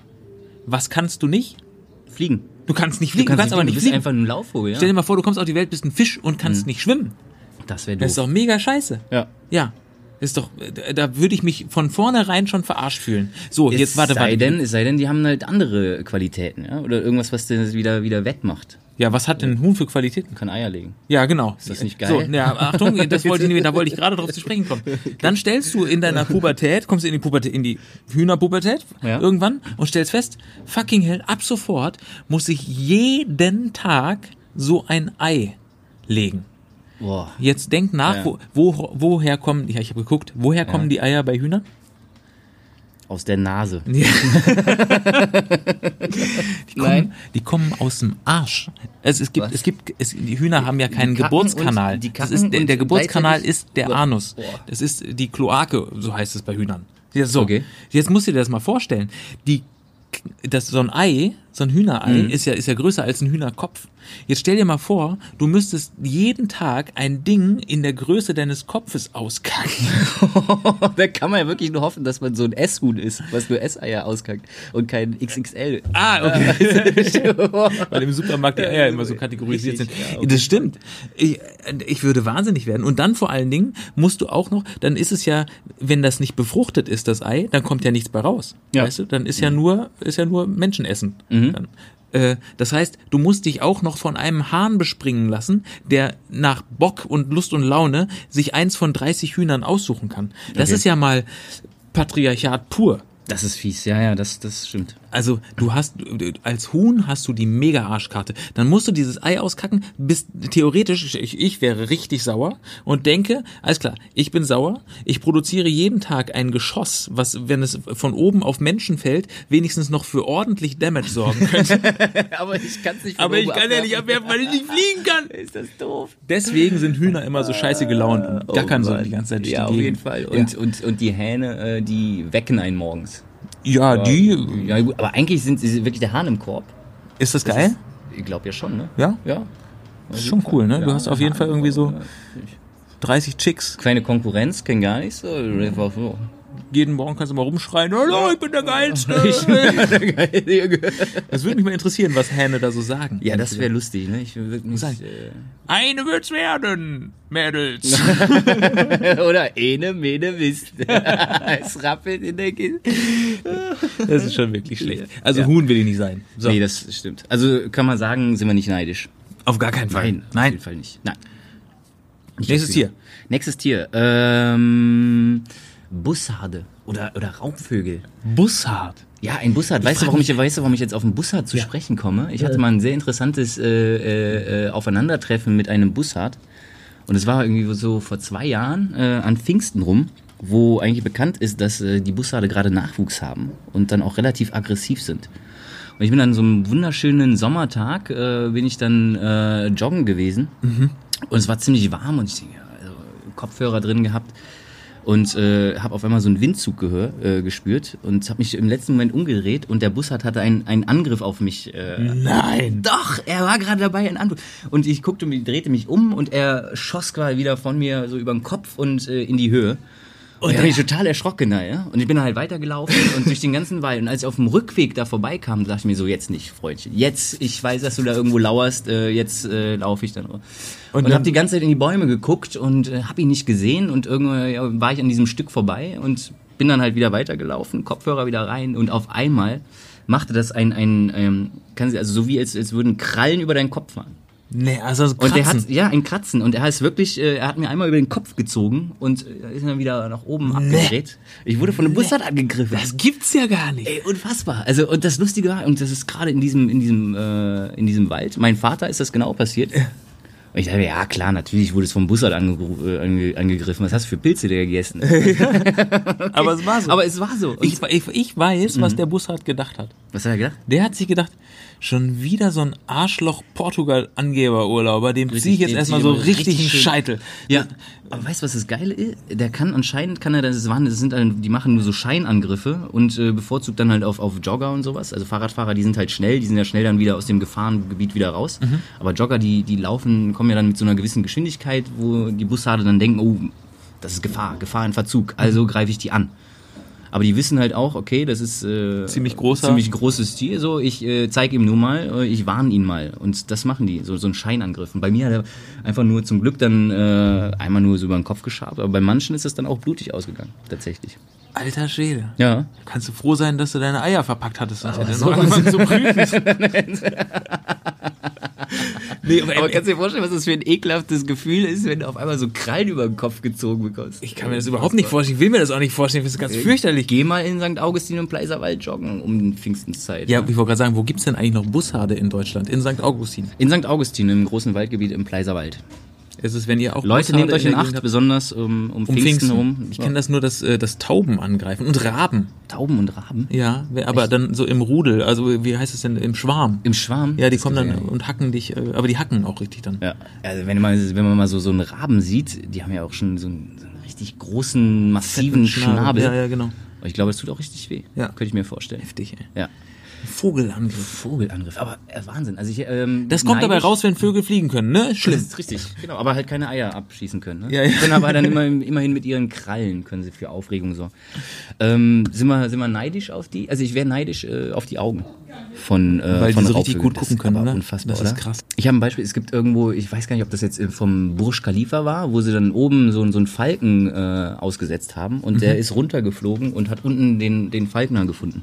Speaker 2: Was kannst du nicht?
Speaker 1: Fliegen.
Speaker 2: Du kannst nicht fliegen, du kannst, aber
Speaker 1: fliegen, du
Speaker 2: nicht
Speaker 1: bist
Speaker 2: fliegen.
Speaker 1: einfach ein Laufvogel, ja. Mhm.
Speaker 2: Stell dir mal vor, du kommst auf die Welt, bist ein Fisch und kannst nicht schwimmen.
Speaker 1: das wäre
Speaker 2: Das ist
Speaker 1: doof.
Speaker 2: doch mega scheiße.
Speaker 1: Ja.
Speaker 2: Ja. Ist doch, äh, da würde ich mich von vornherein schon verarscht fühlen. So, jetzt warte,
Speaker 1: es sei
Speaker 2: warte.
Speaker 1: denn, es sei denn, die haben halt andere Qualitäten, ja? Oder irgendwas, was das wieder, wieder wettmacht.
Speaker 2: Ja, was hat denn ein Huhn für Qualitäten?
Speaker 1: Kann Eier legen.
Speaker 2: Ja, genau. Ist
Speaker 1: das nicht geil?
Speaker 2: So, ja, Achtung, das wollte ich, da wollte ich gerade drauf zu sprechen kommen. Dann stellst du in deiner Pubertät, kommst du in die Pubertät, in die Hühnerpubertät
Speaker 1: Ja.
Speaker 2: irgendwann und stellst fest, fucking hell, ab sofort muss ich jeden Tag so ein Ei legen.
Speaker 1: Boah.
Speaker 2: Jetzt denk nach,
Speaker 1: Ja.
Speaker 2: wo, wo, woher kommen, ja, ich habe geguckt, woher kommen die Eier bei Hühnern?
Speaker 1: Aus der Nase.
Speaker 2: Die kommen, die kommen aus dem Arsch. Also es gibt,
Speaker 1: Was?
Speaker 2: es gibt, es, die Hühner haben ja keinen
Speaker 1: kacken
Speaker 2: Geburtskanal.
Speaker 1: und- die
Speaker 2: das
Speaker 1: kacken
Speaker 2: ist, der,
Speaker 1: und
Speaker 2: der Geburtskanal
Speaker 1: gleichzeitig-
Speaker 2: ist der
Speaker 1: Boah.
Speaker 2: Anus.
Speaker 1: Boah.
Speaker 2: Das ist die Kloake, so heißt es bei Hühnern. Ja, so.
Speaker 1: Okay.
Speaker 2: Jetzt musst du dir das mal vorstellen. Die, das, so ein Ei, so ein
Speaker 1: Mhm.
Speaker 2: Hühnerei ist ja, ist ja größer als ein Hühnerkopf. Jetzt stell dir mal vor, du müsstest jeden Tag ein Ding in der Größe deines Kopfes auskacken.
Speaker 1: da kann man ja wirklich nur hoffen, dass man so ein S-Huhn ist, was nur S-Eier auskackt und kein XXL.
Speaker 2: Ah, okay. Weil im Supermarkt die Eier immer so kategorisiert sind.
Speaker 1: Richtig, ja, okay.
Speaker 2: Das stimmt. Ich, ich würde wahnsinnig werden. Und dann vor allen Dingen musst du auch noch, dann ist es ja, wenn das nicht befruchtet ist, das Ei, dann kommt ja nichts bei raus.
Speaker 1: Ja. Mhm.
Speaker 2: Weißt du? Dann ist ja nur, ist ja nur Menschenessen. Dann. Äh, Das heißt, du musst dich auch noch von einem Hahn bespringen lassen, der nach Bock und Lust und Laune sich eins von 30 Hühnern aussuchen kann. Das
Speaker 1: Okay.
Speaker 2: ist ja mal Patriarchat pur.
Speaker 1: Das ist fies, ja, ja, das, das stimmt.
Speaker 2: Also du hast, als Huhn hast du die Mega-Arschkarte. Dann musst du dieses Ei auskacken, bist theoretisch, ich, ich wäre richtig sauer und denke, alles klar, ich bin sauer, ich produziere jeden Tag ein Geschoss, was, wenn es von oben auf Menschen fällt, wenigstens noch für ordentlich Damage sorgen könnte.
Speaker 1: Aber ich kann es nicht von
Speaker 2: Aber ich
Speaker 1: oben
Speaker 2: kann ja nicht abwerfen, weil ich nicht fliegen kann.
Speaker 1: Ist das doof? Oh
Speaker 2: Deswegen sind Hühner immer so scheiße gelaunt und gackern so
Speaker 1: Mann.
Speaker 2: die ganze Zeit durch
Speaker 1: Ja,
Speaker 2: die
Speaker 1: auf jeden
Speaker 2: Gegend.
Speaker 1: Fall. Und, und, und die Hähne, äh, die wecken einen morgens.
Speaker 2: ja, die,
Speaker 1: Ja, gut, aber eigentlich sind sie wirklich der Hahn im Korb.
Speaker 2: ist das geil?
Speaker 1: Ich glaube ja schon, ne?
Speaker 2: Ja?
Speaker 1: Ja.
Speaker 2: Das ist schon cool, ne? Du
Speaker 1: Ja,
Speaker 2: hast auf jeden
Speaker 1: Hahn
Speaker 2: Fall
Speaker 1: im
Speaker 2: irgendwie
Speaker 1: Korb, ja.
Speaker 2: so 30 Chicks.
Speaker 1: Keine Konkurrenz, kein gar nichts. so, Einfach so.
Speaker 2: Jeden Morgen kannst du mal rumschreien, hallo, ich bin der Geilste. Das würde mich mal interessieren, was Hähne da so sagen.
Speaker 1: Ja, das wäre lustig, ne? Ich würde nicht.
Speaker 2: Sein.
Speaker 1: Äh,
Speaker 2: Eine wird's werden, Mädels.
Speaker 1: oder ene, mene, wisst. es rappelt in der Kiste.
Speaker 2: Das ist schon wirklich schlecht. Also Huhn will ich nicht sein. So.
Speaker 1: Nee, das stimmt. Also kann man sagen, sind wir nicht neidisch.
Speaker 2: Auf gar keinen Fall.
Speaker 1: Auf
Speaker 2: Nein.
Speaker 1: jeden Fall nicht. Nein. Nicht
Speaker 2: Nächstes
Speaker 1: dafür.
Speaker 2: Tier.
Speaker 1: Nächstes Tier. Ähm, Bussarde oder, oder Raubvögel.
Speaker 2: Bussard.
Speaker 1: Ja, ein Bussard. Weißt du, warum ich, weißt du, warum ich jetzt auf den Bussard zu sprechen komme? Ich hatte mal ein sehr interessantes äh, äh, äh, Aufeinandertreffen mit einem Bussard. Und es war irgendwie so vor zwei Jahren äh, an Pfingsten rum, wo eigentlich bekannt ist, dass äh, die Bussarde gerade Nachwuchs haben und dann auch relativ aggressiv sind. Und ich bin an so einem wunderschönen Sommertag, äh, bin ich dann äh, joggen gewesen. Und es war ziemlich warm und ich denke, ja, also Kopfhörer drin gehabt und äh, habe auf einmal so einen Windzug gehör, äh, gespürt und habe mich im letzten Moment umgedreht und der Bussard hatte einen, einen Angriff auf mich. Äh,
Speaker 2: Nein.
Speaker 1: Doch, er war gerade dabei, einen Angriff. Und ich guckte mich, drehte mich um und er schoss quasi wieder von mir so über den Kopf und äh, in die Höhe. Und da bin ich total erschrocken, da, ja. Und ich bin halt weitergelaufen und durch den ganzen Wald. Und als ich auf dem Rückweg da vorbeikam, dachte ich mir so, jetzt nicht, Freundchen. Jetzt, ich weiß, dass du da irgendwo lauerst, äh, jetzt äh, laufe ich dann. Und, und
Speaker 2: dann-
Speaker 1: habe die ganze Zeit in die Bäume geguckt und äh, habe ihn nicht gesehen. Und irgendwann ja, war ich an diesem Stück vorbei und bin dann halt wieder weitergelaufen, Kopfhörer wieder rein. Und auf einmal machte das ein, ein ähm, kann sie, also so wie als, als würden Krallen über deinen Kopf fahren.
Speaker 2: Nee, also so
Speaker 1: Und der hat,
Speaker 2: Kratzen.
Speaker 1: ja, ein Kratzen. Und er ist wirklich, äh, er hat mir einmal über den Kopf gezogen und äh, ist dann wieder nach oben abgedreht. Ich wurde von einem Bussard angegriffen.
Speaker 2: Das gibt's ja gar nicht.
Speaker 1: Ey, unfassbar. Also, und das Lustige war, und das ist gerade in diesem, in diesem, äh, in diesem Wald. Mein Vater ist das genau passiert. Und ich dachte mir, ja klar, natürlich wurde es vom Bussard angegru- äh, ange angegriffen. Was hast du für Pilze der gegessen?
Speaker 2: Aber es war so.
Speaker 1: Aber es war so. Und
Speaker 2: ich, Mhm. ich, ich weiß, was der Bussard gedacht hat.
Speaker 1: was hat er gedacht?
Speaker 2: Der hat sich gedacht, schon wieder so ein Arschloch-Portugal-Angeber-Urlauber, dem ziehe ich jetzt
Speaker 1: dem
Speaker 2: erstmal
Speaker 1: zieh
Speaker 2: so
Speaker 1: ich mal
Speaker 2: richtig einen
Speaker 1: richtig schön-
Speaker 2: Scheitel.
Speaker 1: Ja, aber weißt du, was das Geile ist? Der kann anscheinend, kann er, das, ist Wahnsinn, das sind halt, die machen nur so Scheinangriffe und äh, bevorzugt dann halt auf, auf Jogger und sowas. Also Fahrradfahrer, die sind halt schnell, die sind ja schnell dann wieder aus dem Gefahrengebiet wieder raus. Aber Jogger, die, die laufen, kommen ja dann mit so einer gewissen Geschwindigkeit, wo die Bussarde dann denken, oh, das ist Gefahr, Gefahr in Verzug, also greife ich die an. Aber die wissen halt auch, okay, das ist äh,
Speaker 2: Ziemlich großer-
Speaker 1: ziemlich großes Tier. So, ich äh, zeige ihm nur mal, äh, ich warne ihn mal. Und das machen die, so, so ein Scheinangriff. Und bei mir hat er einfach nur zum Glück dann äh, einmal nur so über den Kopf geschabt. Aber bei manchen ist das dann auch blutig ausgegangen, tatsächlich.
Speaker 2: Alter Schwede.
Speaker 1: Ja.
Speaker 2: Kannst du froh sein, dass du deine Eier verpackt hattest, sonst hätte er noch angefangen zu prüfen. nee, aber,
Speaker 1: kannst du dir vorstellen, was das für ein ekelhaftes Gefühl ist, wenn du auf einmal so Krallen über den Kopf gezogen bekommst?
Speaker 2: ich kann mir das überhaupt nicht vorstellen. Ich will mir das auch nicht vorstellen. Ich finde
Speaker 1: Äh.
Speaker 2: das ganz fürchterlich.
Speaker 1: Geh mal in St. Augustin und Pleiserwald joggen um den Pfingstenszeit.
Speaker 2: Ja, ich wollte gerade sagen, wo gibt's denn eigentlich noch Bussarde in Deutschland? In St. Augustin.
Speaker 1: In St. Augustin, im großen Waldgebiet im Pleiserwald.
Speaker 2: Ist es, wenn ihr auch
Speaker 1: Leute,
Speaker 2: Bussarde
Speaker 1: nehmt euch in
Speaker 2: der
Speaker 1: Acht,
Speaker 2: Gegend habt?
Speaker 1: besonders um, um,
Speaker 2: Um
Speaker 1: Pfingsten, rum.
Speaker 2: Ich kenne das nur, dass, äh, dass Tauben angreifen und Raben.
Speaker 1: Tauben und Raben.
Speaker 2: Ja, wer- aber dann so im Rudel, also wie heißt es denn, im Schwarm.
Speaker 1: Im Schwarm?
Speaker 2: ja, die kommen dann
Speaker 1: gesehen.
Speaker 2: und hacken dich, äh, aber die hacken auch richtig dann.
Speaker 1: Ja, also wenn man, wenn man mal so, so einen Raben sieht, die haben ja auch schon so einen, so einen richtig großen, massiven Schnabel.
Speaker 2: Ja, ja, genau.
Speaker 1: Und ich glaube, das tut auch richtig weh.
Speaker 2: Ja.
Speaker 1: Könnte ich mir vorstellen.
Speaker 2: Heftig, ey.
Speaker 1: Ja.
Speaker 2: Vogelangriff.
Speaker 1: Vogelangriff. Aber äh, Wahnsinn. Also ich, ähm,
Speaker 2: Das kommt dabei
Speaker 1: neidisch-
Speaker 2: raus, wenn Vögel fliegen können, ne?
Speaker 1: Das
Speaker 2: Schlimm.
Speaker 1: ist richtig, genau. Aber halt keine Eier abschießen können. Ne?
Speaker 2: Ja, ja.
Speaker 1: Die Können aber dann immer, immerhin mit ihren Krallen können sie für Aufregung sorgen. Ähm, sind, wir, sind wir neidisch auf die? Also ich wäre neidisch äh, auf die Augen von äh,
Speaker 2: Weil die
Speaker 1: von
Speaker 2: so richtig
Speaker 1: Raubvögeln.
Speaker 2: gut
Speaker 1: Das
Speaker 2: gucken
Speaker 1: ist
Speaker 2: können,
Speaker 1: aber
Speaker 2: ne?
Speaker 1: Unfassbar,
Speaker 2: Das ist
Speaker 1: oder?
Speaker 2: krass.
Speaker 1: Ich habe ein Beispiel. Es gibt irgendwo, ich weiß gar nicht, ob das jetzt äh, vom Burj Khalifa war, wo sie dann oben so, einen- so einen Falken
Speaker 2: Mhm.
Speaker 1: äh, ausgesetzt haben und der ist runtergeflogen und hat unten den den Falkner gefunden.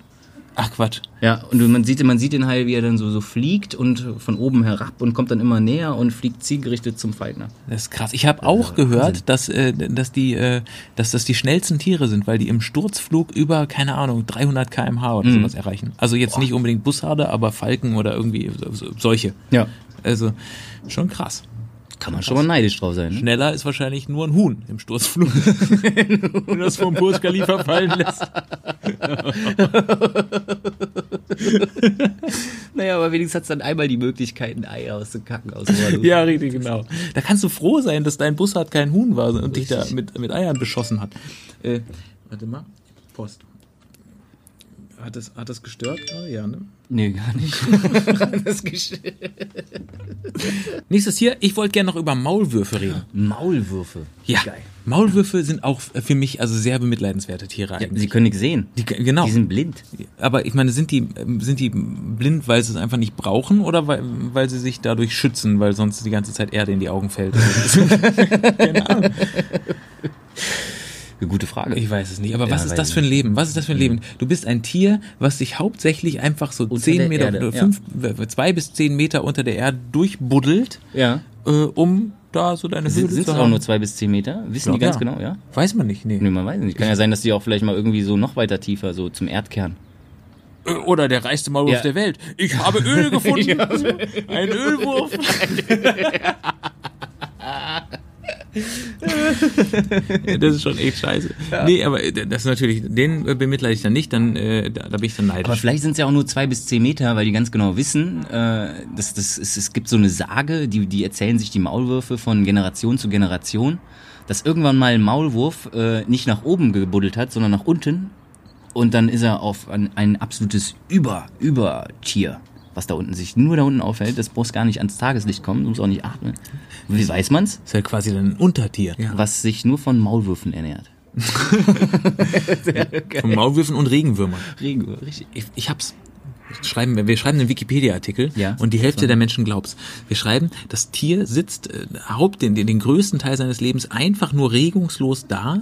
Speaker 2: Ach Quatsch.
Speaker 1: Ja, und man sieht, man sieht den Hai, wie er dann so, so fliegt und von oben herab und kommt dann immer näher und fliegt zielgerichtet zum Feigner.
Speaker 2: Das ist krass. Ich habe auch gehört, dass, äh, dass, die, äh, dass das die schnellsten Tiere sind, weil die im Sturzflug über, keine Ahnung, 300 km/h
Speaker 1: Mhm.
Speaker 2: oder sowas erreichen. Also jetzt nicht unbedingt Bussarde, aber Falken oder irgendwie so- so- solche.
Speaker 1: Ja.
Speaker 2: Also schon krass.
Speaker 1: Kann man schon mal neidisch drauf sein. Ne?
Speaker 2: Schneller ist wahrscheinlich nur ein Huhn im Sturzflug. Wenn das vom Burj Khalifa fallen lässt.
Speaker 1: Naja, aber wenigstens hat's dann einmal die Möglichkeit, ein Ei auszukacken aus der Luft.
Speaker 2: Ja, richtig, genau. Da kannst du froh sein, dass dein Bussard kein Huhn war und dich da
Speaker 1: Richtig.
Speaker 2: mit, mit Eiern beschossen hat. Äh, warte mal. Post. Hat das, hat das gestört? gerade? Ja, ne?
Speaker 1: Nee, gar nicht. das Geschirr.
Speaker 2: Nächstes hier, ich wollte gerne noch über Maulwürfe reden.
Speaker 1: Maulwürfe.
Speaker 2: Ja,
Speaker 1: Ah, Geil.
Speaker 2: Maulwürfe sind auch für mich also sehr bemitleidenswerte Tiere
Speaker 1: Ja,
Speaker 2: eigentlich.
Speaker 1: sie können nichts sehen.
Speaker 2: Die, genau.
Speaker 1: Die sind blind.
Speaker 2: Aber ich meine, sind die, ähm, sind die blind, weil sie es einfach nicht brauchen oder weil, weil sie sich dadurch schützen, weil sonst die ganze Zeit Erde in die Augen fällt? Keine Ahnung.
Speaker 1: Eine gute Frage.
Speaker 2: Ich weiß es nicht. Aber was
Speaker 1: Ja,
Speaker 2: ist
Speaker 1: weiß
Speaker 2: das
Speaker 1: ich
Speaker 2: für ein Leben? Was ist das für ein Leben? Du bist ein Tier, was sich hauptsächlich einfach so
Speaker 1: der
Speaker 2: 10 Meter,
Speaker 1: Erde,
Speaker 2: oder
Speaker 1: ja.
Speaker 2: fünf, äh, zwei bis zehn Meter unter der Erde durchbuddelt,
Speaker 1: ja.
Speaker 2: äh, um da so deine Höhle
Speaker 1: Sind
Speaker 2: zu
Speaker 1: es
Speaker 2: haben.
Speaker 1: auch nur zwei bis zehn Meter? Wissen die ganz
Speaker 2: Ja.
Speaker 1: genau, ja?
Speaker 2: Weiß man nicht, nee.
Speaker 1: Nee, man weiß nicht. Kann ja sein, dass die auch vielleicht mal irgendwie so noch weiter tiefer, so zum Erdkern.
Speaker 2: Äh, Oder der reichste Maulwurf
Speaker 1: Ja.
Speaker 2: der Welt. Ich habe Öl gefunden. Ein Ölwurf. Ja, das ist schon echt scheiße. Nee, aber äh, das ist natürlich, den äh, bemitleide ich dann nicht, dann, äh, da, da bin ich dann neidisch.
Speaker 1: Aber vielleicht sind es ja auch nur zwei bis zehn Meter, weil die ganz genau wissen, äh, das, das ist, es gibt so eine Sage, die, die erzählen sich die Maulwürfe von Generation zu Generation, dass irgendwann mal ein Maulwurf äh, nicht nach oben gebuddelt hat, sondern nach unten. Und dann ist er auf ein, ein absolutes Über, Über-Tier, was da unten sich nur da unten aufhält. Das muss gar nicht ans Tageslicht kommen, muss auch nicht atmen. Wie weiß man's?
Speaker 2: ist ja quasi dann ein Untertier.
Speaker 1: Was sich nur von Maulwürfen ernährt.
Speaker 2: Von Maulwürfen und Regenwürmern.
Speaker 1: Regenwürfe, richtig.
Speaker 2: Ich, ich hab's. Schreiben, wir- wir schreiben einen Wikipedia-Artikel
Speaker 1: Ja.
Speaker 2: und die Hälfte der Menschen glaubt's. Wir schreiben, das Tier sitzt äh, haupt den, den, den größten Teil seines Lebens einfach nur regungslos da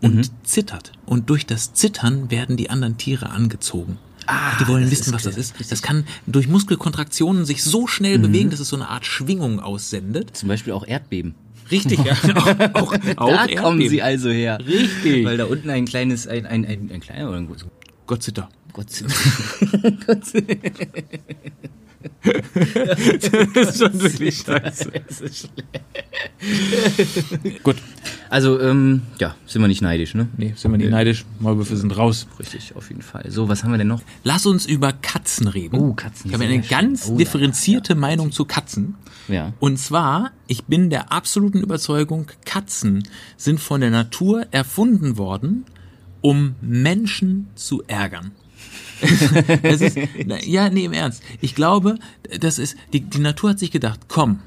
Speaker 2: und
Speaker 1: Mhm.
Speaker 2: zittert. Und durch das Zittern werden die anderen Tiere angezogen. Ah, die wollen wissen, was das ist. Das kann durch Muskelkontraktionen sich so schnell
Speaker 1: Mhm.
Speaker 2: bewegen, dass es so eine Art Schwingung aussendet.
Speaker 1: Zum Beispiel auch Erdbeben.
Speaker 2: Richtig, ja. auch, auch, auch
Speaker 1: da kommen
Speaker 2: Erdbeben.
Speaker 1: sie also her.
Speaker 2: Richtig.
Speaker 1: Weil da unten ein kleines, ein, ein, ein, ein kleiner oder ein großer.
Speaker 2: Godzilla.
Speaker 1: Gott sei Dank. Gott sei Dank.
Speaker 2: Das ist schon wirklich scheiße.
Speaker 1: Das ist schlecht.
Speaker 2: Gut.
Speaker 1: Also, ähm, ja, sind wir nicht neidisch, ne?
Speaker 2: Nee, sind wir nicht neidisch. Maulwürfe sind raus.
Speaker 1: Richtig, auf jeden Fall. So, was haben wir denn noch?
Speaker 2: Lass uns über Katzen reden.
Speaker 1: Oh, Katzen,
Speaker 2: Ich habe
Speaker 1: sehr
Speaker 2: eine
Speaker 1: schön.
Speaker 2: ganz
Speaker 1: Oh, ja,
Speaker 2: differenzierte Meinung zu Katzen.
Speaker 1: Ja.
Speaker 2: Und zwar, ich bin der absoluten Überzeugung, Katzen sind von der Natur erfunden worden, um Menschen zu ärgern. das ist, na, ja, nee, im Ernst. Ich glaube, das ist, die, die Natur hat sich gedacht, komm,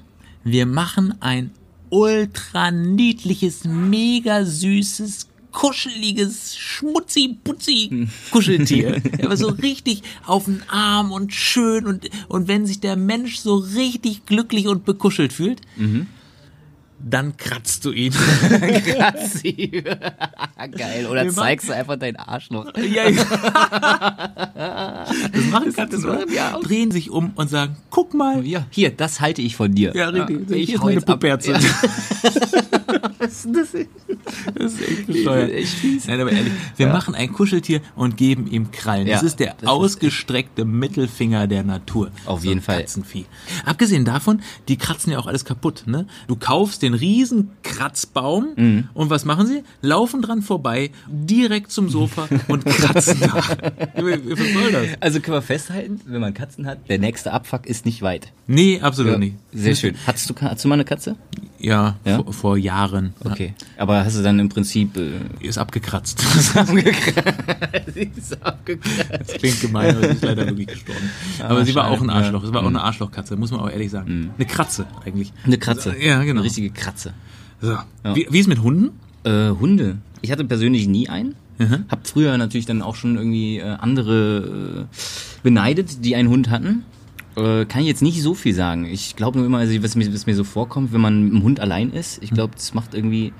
Speaker 2: wir machen ein ultra niedliches, mega süßes, kuscheliges, schmutzi putzi Kuscheltier. Aber so richtig auf den Arm und schön und, und wenn sich der Mensch so richtig glücklich und bekuschelt fühlt, dann kratzt du ihn.
Speaker 1: Geil, oder zeigst du einfach deinen Arsch noch.
Speaker 2: Ja, ja. Das machen Katzen,
Speaker 1: das machen
Speaker 2: oder?
Speaker 1: wir auch.
Speaker 2: Drehen sich um und sagen, guck mal.
Speaker 1: Ja, hier, das halte ich von dir.
Speaker 2: Ja, richtig.
Speaker 1: Ja,
Speaker 2: ich
Speaker 1: ich
Speaker 2: ist
Speaker 1: hau
Speaker 2: meine
Speaker 1: jetzt ab.
Speaker 2: Puperze.
Speaker 1: Ja.
Speaker 2: Das ist echt
Speaker 1: Das
Speaker 2: bescheuert.
Speaker 1: ist echt fies.
Speaker 2: Nein, aber ehrlich, wir machen ein Kuscheltier und geben ihm Krallen. das
Speaker 1: Ja,
Speaker 2: ist der
Speaker 1: das ist
Speaker 2: ausgestreckte Mittelfinger der Natur.
Speaker 1: Auf
Speaker 2: So ein
Speaker 1: jeden Fall.
Speaker 2: Katzenvieh. Abgesehen davon, die kratzen ja auch alles kaputt. Ne? Du kaufst den riesen Kratzbaum
Speaker 1: Mhm.
Speaker 2: und was machen sie? Laufen dran vorbei, direkt zum Sofa und kratzen nach. Was soll das?
Speaker 1: Also können wir festhalten, wenn man Katzen hat, der nächste Abfuck ist nicht weit.
Speaker 2: Nee, absolut nicht.
Speaker 1: Sehr schön. Hattest du, hast du mal eine Katze?
Speaker 2: Ja,
Speaker 1: Ja?
Speaker 2: Vor, vor Jahren.
Speaker 1: Okay. Aber hast du dann im Prinzip äh,
Speaker 2: Ist abgekratzt.
Speaker 1: ist abgekratzt?
Speaker 2: Das klingt gemein, aber sie ist leider wirklich gestorben. Aber sie war
Speaker 1: schade.
Speaker 2: auch ein Arschloch. Es war auch eine Arschlochkatze, muss man auch ehrlich sagen. Eine Kratze eigentlich.
Speaker 1: Mhm. Eine Kratze.
Speaker 2: Ja, genau.
Speaker 1: Eine richtige Kratze.
Speaker 2: So. Wie, wie ist mit Hunden?
Speaker 1: Äh, Hunde. Ich hatte persönlich nie einen. Hab früher natürlich dann auch schon irgendwie äh, andere äh, beneidet, die einen Hund hatten. Äh, kann ich jetzt nicht so viel sagen. Ich glaube nur immer, also was
Speaker 2: Hm.
Speaker 1: mir, was mir so vorkommt, wenn man mit dem Hund allein ist, ich glaube, das macht irgendwie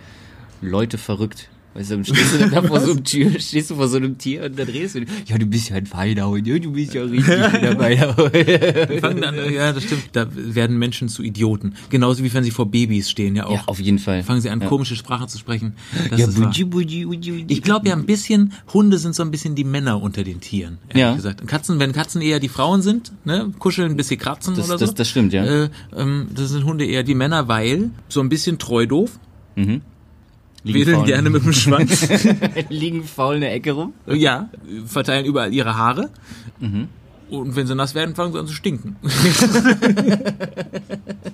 Speaker 1: Leute verrückt. Weißt du, dann stehst du dann da vor so einem Tier, stehst du vor so einem Tier und dann redest du, ja, du bist ja ein feiner Hund, ja, du bist ja richtig dabei.
Speaker 2: Wir fangen dann, ja, das stimmt, da werden Menschen zu Idioten. Genauso wie wenn sie vor Babys stehen, ja auch.
Speaker 1: Ja, auf jeden Fall.
Speaker 2: Fangen sie an, komische Sprache zu sprechen. Das
Speaker 1: ja,
Speaker 2: ist wahr.
Speaker 1: buji, buji, buji, buji.
Speaker 2: Ich glaube ja ein bisschen, Hunde sind so ein bisschen die Männer unter den Tieren, ehrlich
Speaker 1: Ja.
Speaker 2: gesagt. Und Katzen, wenn Katzen eher die Frauen sind, ne, kuscheln, bis sie kratzen
Speaker 1: Das-
Speaker 2: oder so.
Speaker 1: das- das stimmt, ja.
Speaker 2: Äh, ähm, das sind Hunde eher die Männer, weil so ein bisschen treu doof,
Speaker 1: liegen
Speaker 2: wedeln
Speaker 1: faul-
Speaker 2: gerne mit dem Schwanz.
Speaker 1: liegen faul in der Ecke rum.
Speaker 2: Äh, ja, verteilen überall ihre Haare. Und wenn sie nass werden, fangen sie an zu stinken.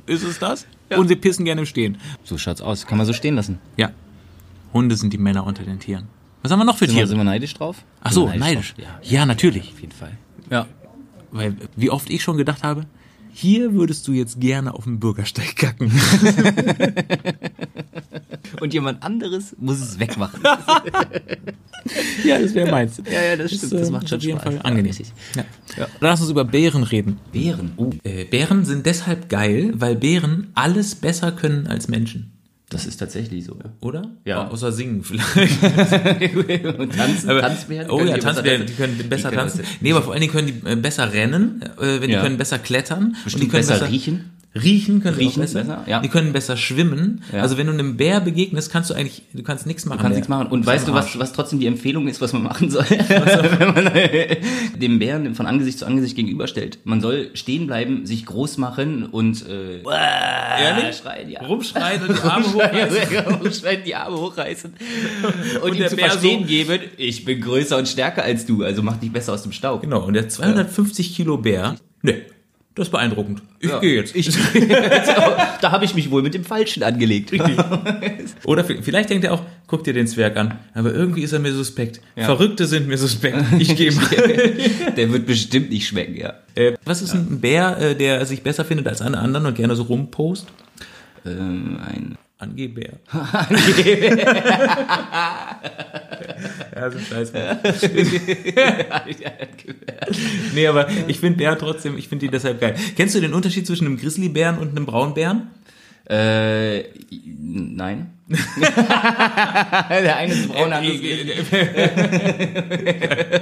Speaker 2: Ist es das? Und sie pissen gerne im Stehen.
Speaker 1: So schaut's aus, kann man so stehen lassen.
Speaker 2: Ja. Hunde sind die Männer unter den Tieren. Was haben wir noch für
Speaker 1: Sind wir, sind
Speaker 2: Tiere?
Speaker 1: wir neidisch drauf?
Speaker 2: Ach
Speaker 1: Sind
Speaker 2: so,
Speaker 1: wir
Speaker 2: neidisch.
Speaker 1: drauf? Ja,
Speaker 2: Ja, natürlich.
Speaker 1: auf jeden Fall.
Speaker 2: Ja. Weil, wie oft ich schon gedacht habe, hier würdest du jetzt gerne auf dem Bürgersteig kacken.
Speaker 1: Und jemand anderes muss es wegmachen.
Speaker 2: ja, das wäre meins.
Speaker 1: Ja, ja, das stimmt, das macht schon
Speaker 2: äh, auf jeden
Speaker 1: Spaß.
Speaker 2: Fall angenehm.
Speaker 1: Ja, richtig.
Speaker 2: Ja. Lass uns über Bären reden.
Speaker 1: Bären, oh,
Speaker 2: Äh, Bären sind deshalb geil, weil Bären alles besser können als Menschen.
Speaker 1: das ist tatsächlich so. Ja.
Speaker 2: Oder?
Speaker 1: Ja.
Speaker 2: Au- Außer singen vielleicht.
Speaker 1: Und tanzen,
Speaker 2: Aber-
Speaker 1: Tanzbären?
Speaker 2: Oh
Speaker 1: können
Speaker 2: ja,
Speaker 1: die besser
Speaker 2: Tanzbären,
Speaker 1: tanzen?
Speaker 2: die können besser
Speaker 1: Die können
Speaker 2: tanzen.
Speaker 1: besser-
Speaker 2: Nee, aber vor allen Dingen können die äh, besser rennen, äh, wenn
Speaker 1: Ja.
Speaker 2: die können besser klettern. und die
Speaker 1: Bestimmt
Speaker 2: können
Speaker 1: besser riechen.
Speaker 2: Riechen können
Speaker 1: Riechen
Speaker 2: sie auch besser.
Speaker 1: besser, ja.
Speaker 2: Die können besser schwimmen.
Speaker 1: Ja.
Speaker 2: Also wenn du einem Bär begegnest, kannst du eigentlich, du kannst nichts machen.
Speaker 1: Kannst
Speaker 2: Der-
Speaker 1: nichts machen. Und
Speaker 2: ist
Speaker 1: weißt
Speaker 2: am
Speaker 1: du,
Speaker 2: Arsch.
Speaker 1: was, was trotzdem die Empfehlung ist, was man machen soll? Wenn man äh, dem Bären von Angesicht zu Angesicht gegenüberstellt. Man soll stehen bleiben, sich groß machen und äh,
Speaker 2: Ehrlich?
Speaker 1: schreien, ja.
Speaker 2: Rumschreien und die Arme hochreißen.
Speaker 1: Rumschreien, die Arme hochreißen. Und, ihm
Speaker 2: der
Speaker 1: zu
Speaker 2: Bär
Speaker 1: verstehen
Speaker 2: so-
Speaker 1: geben, ich bin größer und stärker als du, also mach dich besser aus dem Staub.
Speaker 2: Genau, und der 250 Kilo Bär, ne, das ist beeindruckend. Ich
Speaker 1: Ja.
Speaker 2: gehe jetzt. Ich,
Speaker 1: Da habe ich mich wohl mit dem Falschen angelegt.
Speaker 2: oder vi- vielleicht denkt er auch, guck dir den Zwerg an, aber irgendwie ist er mir suspekt.
Speaker 1: Ja.
Speaker 2: Verrückte sind mir suspekt. Ich gehe mal.
Speaker 1: Der wird bestimmt nicht schmecken, ja.
Speaker 2: Äh, was ist ein Bär, äh, der sich besser findet als alle anderen und gerne so rumpost?
Speaker 1: Ähm, ein
Speaker 2: Angebär. ja, so scheiße. nee, aber ich finde Bär trotzdem, ich finde die deshalb geil. Kennst du den Unterschied zwischen einem Grizzlybären und einem Braunbären?
Speaker 1: Äh, nein. der eine ist braun, der andere ist gelb. äh,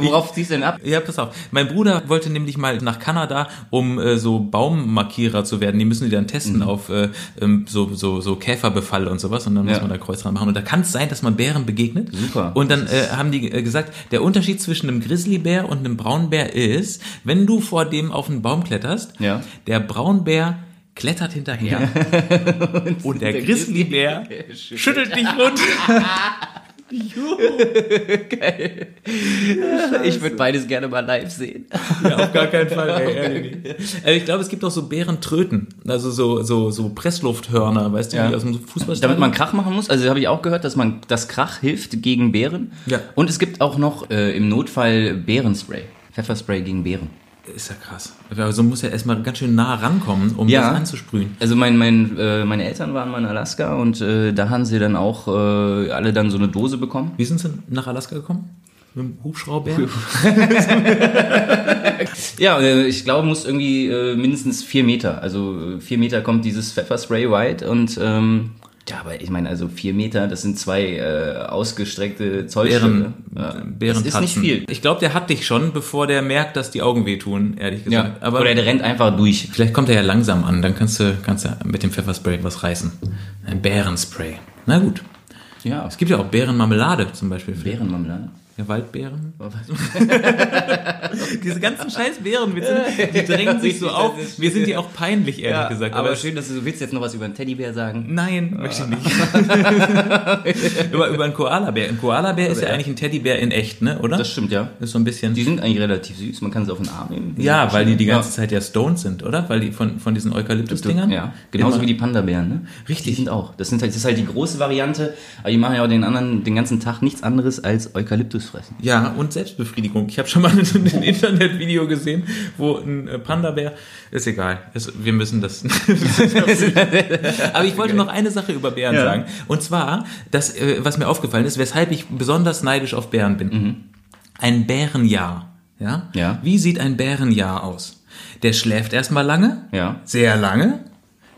Speaker 1: Worauf ziehst du denn ab?
Speaker 2: Ja, pass auf. Mein Bruder wollte nämlich mal nach Kanada, um äh, so Baummarkierer zu werden. Die müssen die dann testen auf äh, ähm, so, so, so Käferbefall und sowas. Und dann
Speaker 1: Ja.
Speaker 2: muss man da Kreuz dran machen. Und da kann es sein, dass man Bären begegnet.
Speaker 1: Super.
Speaker 2: Und dann äh, haben die äh, gesagt, der Unterschied zwischen einem Grizzlybär und einem Braunbär ist, wenn du vor dem auf einen Baum kletterst,
Speaker 1: Ja.
Speaker 2: der Braunbär klettert hinterher und, der,
Speaker 1: der
Speaker 2: Grizzlybär schüttelt dich runter.
Speaker 1: Ich würde beides gerne mal live sehen.
Speaker 2: Ja, auf gar keinen Fall. Ey, ehrlich nicht. Also ich glaube, es gibt auch so Bärentröten, also so so so Presslufthörner, weißt du,
Speaker 1: Ja.
Speaker 2: die aus dem Fußballstadion.
Speaker 1: Damit man Krach machen muss, also habe ich auch gehört, dass man das Krach hilft gegen Bären.
Speaker 2: Ja.
Speaker 1: Und es gibt auch noch äh, im Notfall Bärenspray. Pfefferspray gegen Bären.
Speaker 2: ist ja krass. Aber so muss ja erstmal ganz schön nah rankommen, um
Speaker 1: Ja.
Speaker 2: das anzusprühen.
Speaker 1: Also mein, mein, äh, meine Eltern waren mal in Alaska und äh, da haben sie dann auch äh, alle dann so eine Dose bekommen.
Speaker 2: Wie sind sie nach Alaska gekommen? Mit dem Hubschrauber?
Speaker 1: Ja, äh, ich glaube, muss irgendwie äh, mindestens vier Meter. Also äh, vier Meter kommt dieses Pfefferspray weit und ähm, ja, aber ich meine, also vier Meter, das sind zwei äh, ausgestreckte Zollstücke.
Speaker 2: Bären, äh,
Speaker 1: Ja.
Speaker 2: Bären
Speaker 1: Das ist nicht viel.
Speaker 2: Ich glaube, der hat dich schon, bevor der merkt, dass die Augen wehtun, ehrlich
Speaker 1: Ja,
Speaker 2: gesagt. Aber
Speaker 1: Also, Oder der rennt einfach durch.
Speaker 2: vielleicht kommt er ja langsam an, dann kannst du, kannst du mit dem Pfefferspray was reißen. Ein Bärenspray. Na gut.
Speaker 1: Ja,
Speaker 2: Es gibt ja auch Bärenmarmelade zum Beispiel.
Speaker 1: Bärenmarmelade.
Speaker 2: Ja, Waldbären. Diese ganzen scheiß Bärenwitze, die drängen sich so
Speaker 1: richtig,
Speaker 2: auf.
Speaker 1: das ist-
Speaker 2: Mir sind die auch peinlich, ehrlich
Speaker 1: Ja,
Speaker 2: gesagt.
Speaker 1: aber
Speaker 2: es-
Speaker 1: schön, dass du so willst jetzt noch was über einen Teddybär sagen.
Speaker 2: Nein, möchte ich nicht. über, über einen Koalabär. Ein Koalabär ist ja eigentlich ein Teddybär in echt, ne? oder?
Speaker 1: Das stimmt, ja.
Speaker 2: ist so ein bisschen.
Speaker 1: Die sind eigentlich relativ süß, man kann sie auf den Arm nehmen.
Speaker 2: ja, weil die die ganze
Speaker 1: Ja.
Speaker 2: Zeit ja stoned sind, oder? Weil die von, von diesen Eukalyptus-Dingern.
Speaker 1: Ja, genauso
Speaker 2: Immer-
Speaker 1: wie die Panda-Bären, ne?
Speaker 2: Richtig.
Speaker 1: Die sind auch. Das, sind halt, das ist halt die große Variante, aber die machen ja auch den anderen den ganzen Tag nichts anderes als Eukalyptus fressen.
Speaker 2: Ja, und Selbstbefriedigung. Ich habe schon mal ein, ein Internetvideo gesehen, wo ein äh, Panda-Bär. Ist egal. Es, wir müssen das. Aber ich wollte noch eine Sache über Bären
Speaker 1: Ja.
Speaker 2: sagen. Und zwar, das, äh, was mir aufgefallen ist, weshalb ich besonders neidisch auf Bären bin. Ein Bärenjahr. Ja?
Speaker 1: Mhm. Ja.
Speaker 2: Wie sieht ein Bärenjahr aus? Der schläft erstmal lange,
Speaker 1: Ja.
Speaker 2: sehr lange,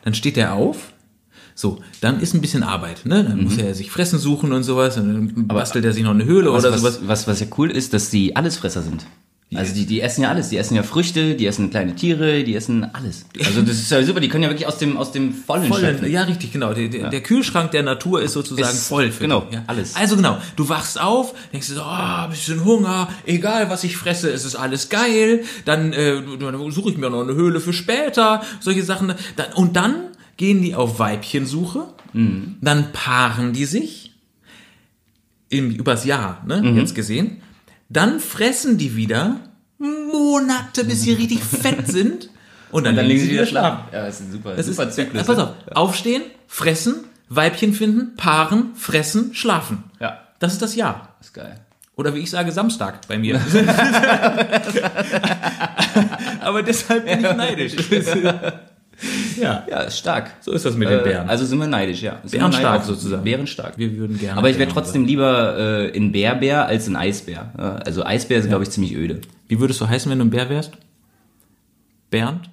Speaker 2: dann steht er auf, So, dann ist ein bisschen Arbeit, ne? Dann
Speaker 1: Mhm.
Speaker 2: muss er sich Fressen suchen und sowas und dann bastelt er sich noch eine Höhle
Speaker 1: Was,
Speaker 2: oder
Speaker 1: was,
Speaker 2: sowas.
Speaker 1: was, was ja cool ist, dass die Allesfresser sind. Also die, die essen ja alles. Die essen ja Früchte, die essen kleine Tiere, die essen alles. Also das ist ja super. Die können ja wirklich aus dem, aus dem Vollen,
Speaker 2: Voll,
Speaker 1: schöpfen.
Speaker 2: ja, richtig, genau. Der, der- der Kühlschrank der Natur ist sozusagen
Speaker 1: Ist-
Speaker 2: voll. Für
Speaker 1: genau,
Speaker 2: dich, ja.
Speaker 1: alles.
Speaker 2: Also genau, du wachst auf, denkst dir so, ah, bisschen Hunger, egal was ich fresse, es ist alles geil. Dann, äh, dann suche ich mir noch eine Höhle für später, solche Sachen. Dann, und dann gehen die auf Weibchensuche, dann paaren die sich, im, übers Jahr, ne, jetzt gesehen. Dann fressen die wieder Monate, bis sie richtig fett sind. Und dann,
Speaker 1: Dann
Speaker 2: legen sie wieder schlafen.
Speaker 1: Ja, das ist super,
Speaker 2: Das
Speaker 1: super
Speaker 2: ist,
Speaker 1: Zyklus. ne?
Speaker 2: Ja, pass auf, aufstehen, fressen, Weibchen finden, paaren, fressen, schlafen.
Speaker 1: Ja,
Speaker 2: Das ist das Jahr.
Speaker 1: das ist geil.
Speaker 2: Oder wie ich sage, Samstag bei mir. Aber deshalb bin ich neidisch. ja,
Speaker 1: Ja, ist stark.
Speaker 2: so ist das mit den
Speaker 1: Äh,
Speaker 2: Bären.
Speaker 1: Also sind wir neidisch, ja. Sind wir
Speaker 2: Bärenstark
Speaker 1: neidisch.
Speaker 2: sozusagen.
Speaker 1: Bärenstark.
Speaker 2: wir würden gerne.
Speaker 1: Aber ich wäre
Speaker 2: Bären
Speaker 1: trotzdem lieber äh, in Bärbär als in Eisbär. Ja, Also Eisbär ist, glaube ich, ziemlich öde.
Speaker 2: sein. Wie würdest du heißen, wenn du ein Bär wärst? Bernd?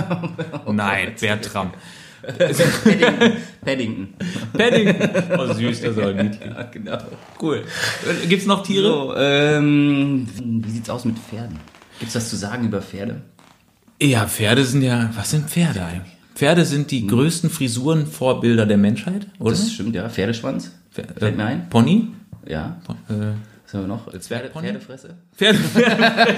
Speaker 2: Nein, Bertram.
Speaker 1: Paddington. Paddington.
Speaker 2: Paddington. Oh, süß, das ist aber niedlich.
Speaker 1: Ja, genau.
Speaker 2: Cool. Gibt's noch Tiere?
Speaker 1: So, ähm, wie sieht's aus mit Pferden? Gibt's was zu sagen über Pferde?
Speaker 2: Ja, Pferde sind ja. Was sind Pferde eigentlich? Pferde sind die größten Frisurenvorbilder der Menschheit, oder?
Speaker 1: Hm. Das stimmt, ja. Pferdeschwanz?
Speaker 2: Pfer-
Speaker 1: Fällt mir ein.
Speaker 2: Pony?
Speaker 1: Ja.
Speaker 2: Äh,
Speaker 1: Was haben wir noch? Äh, Pferde,
Speaker 2: Pony?
Speaker 1: Pferdefresse?
Speaker 2: Pferde. Pferde.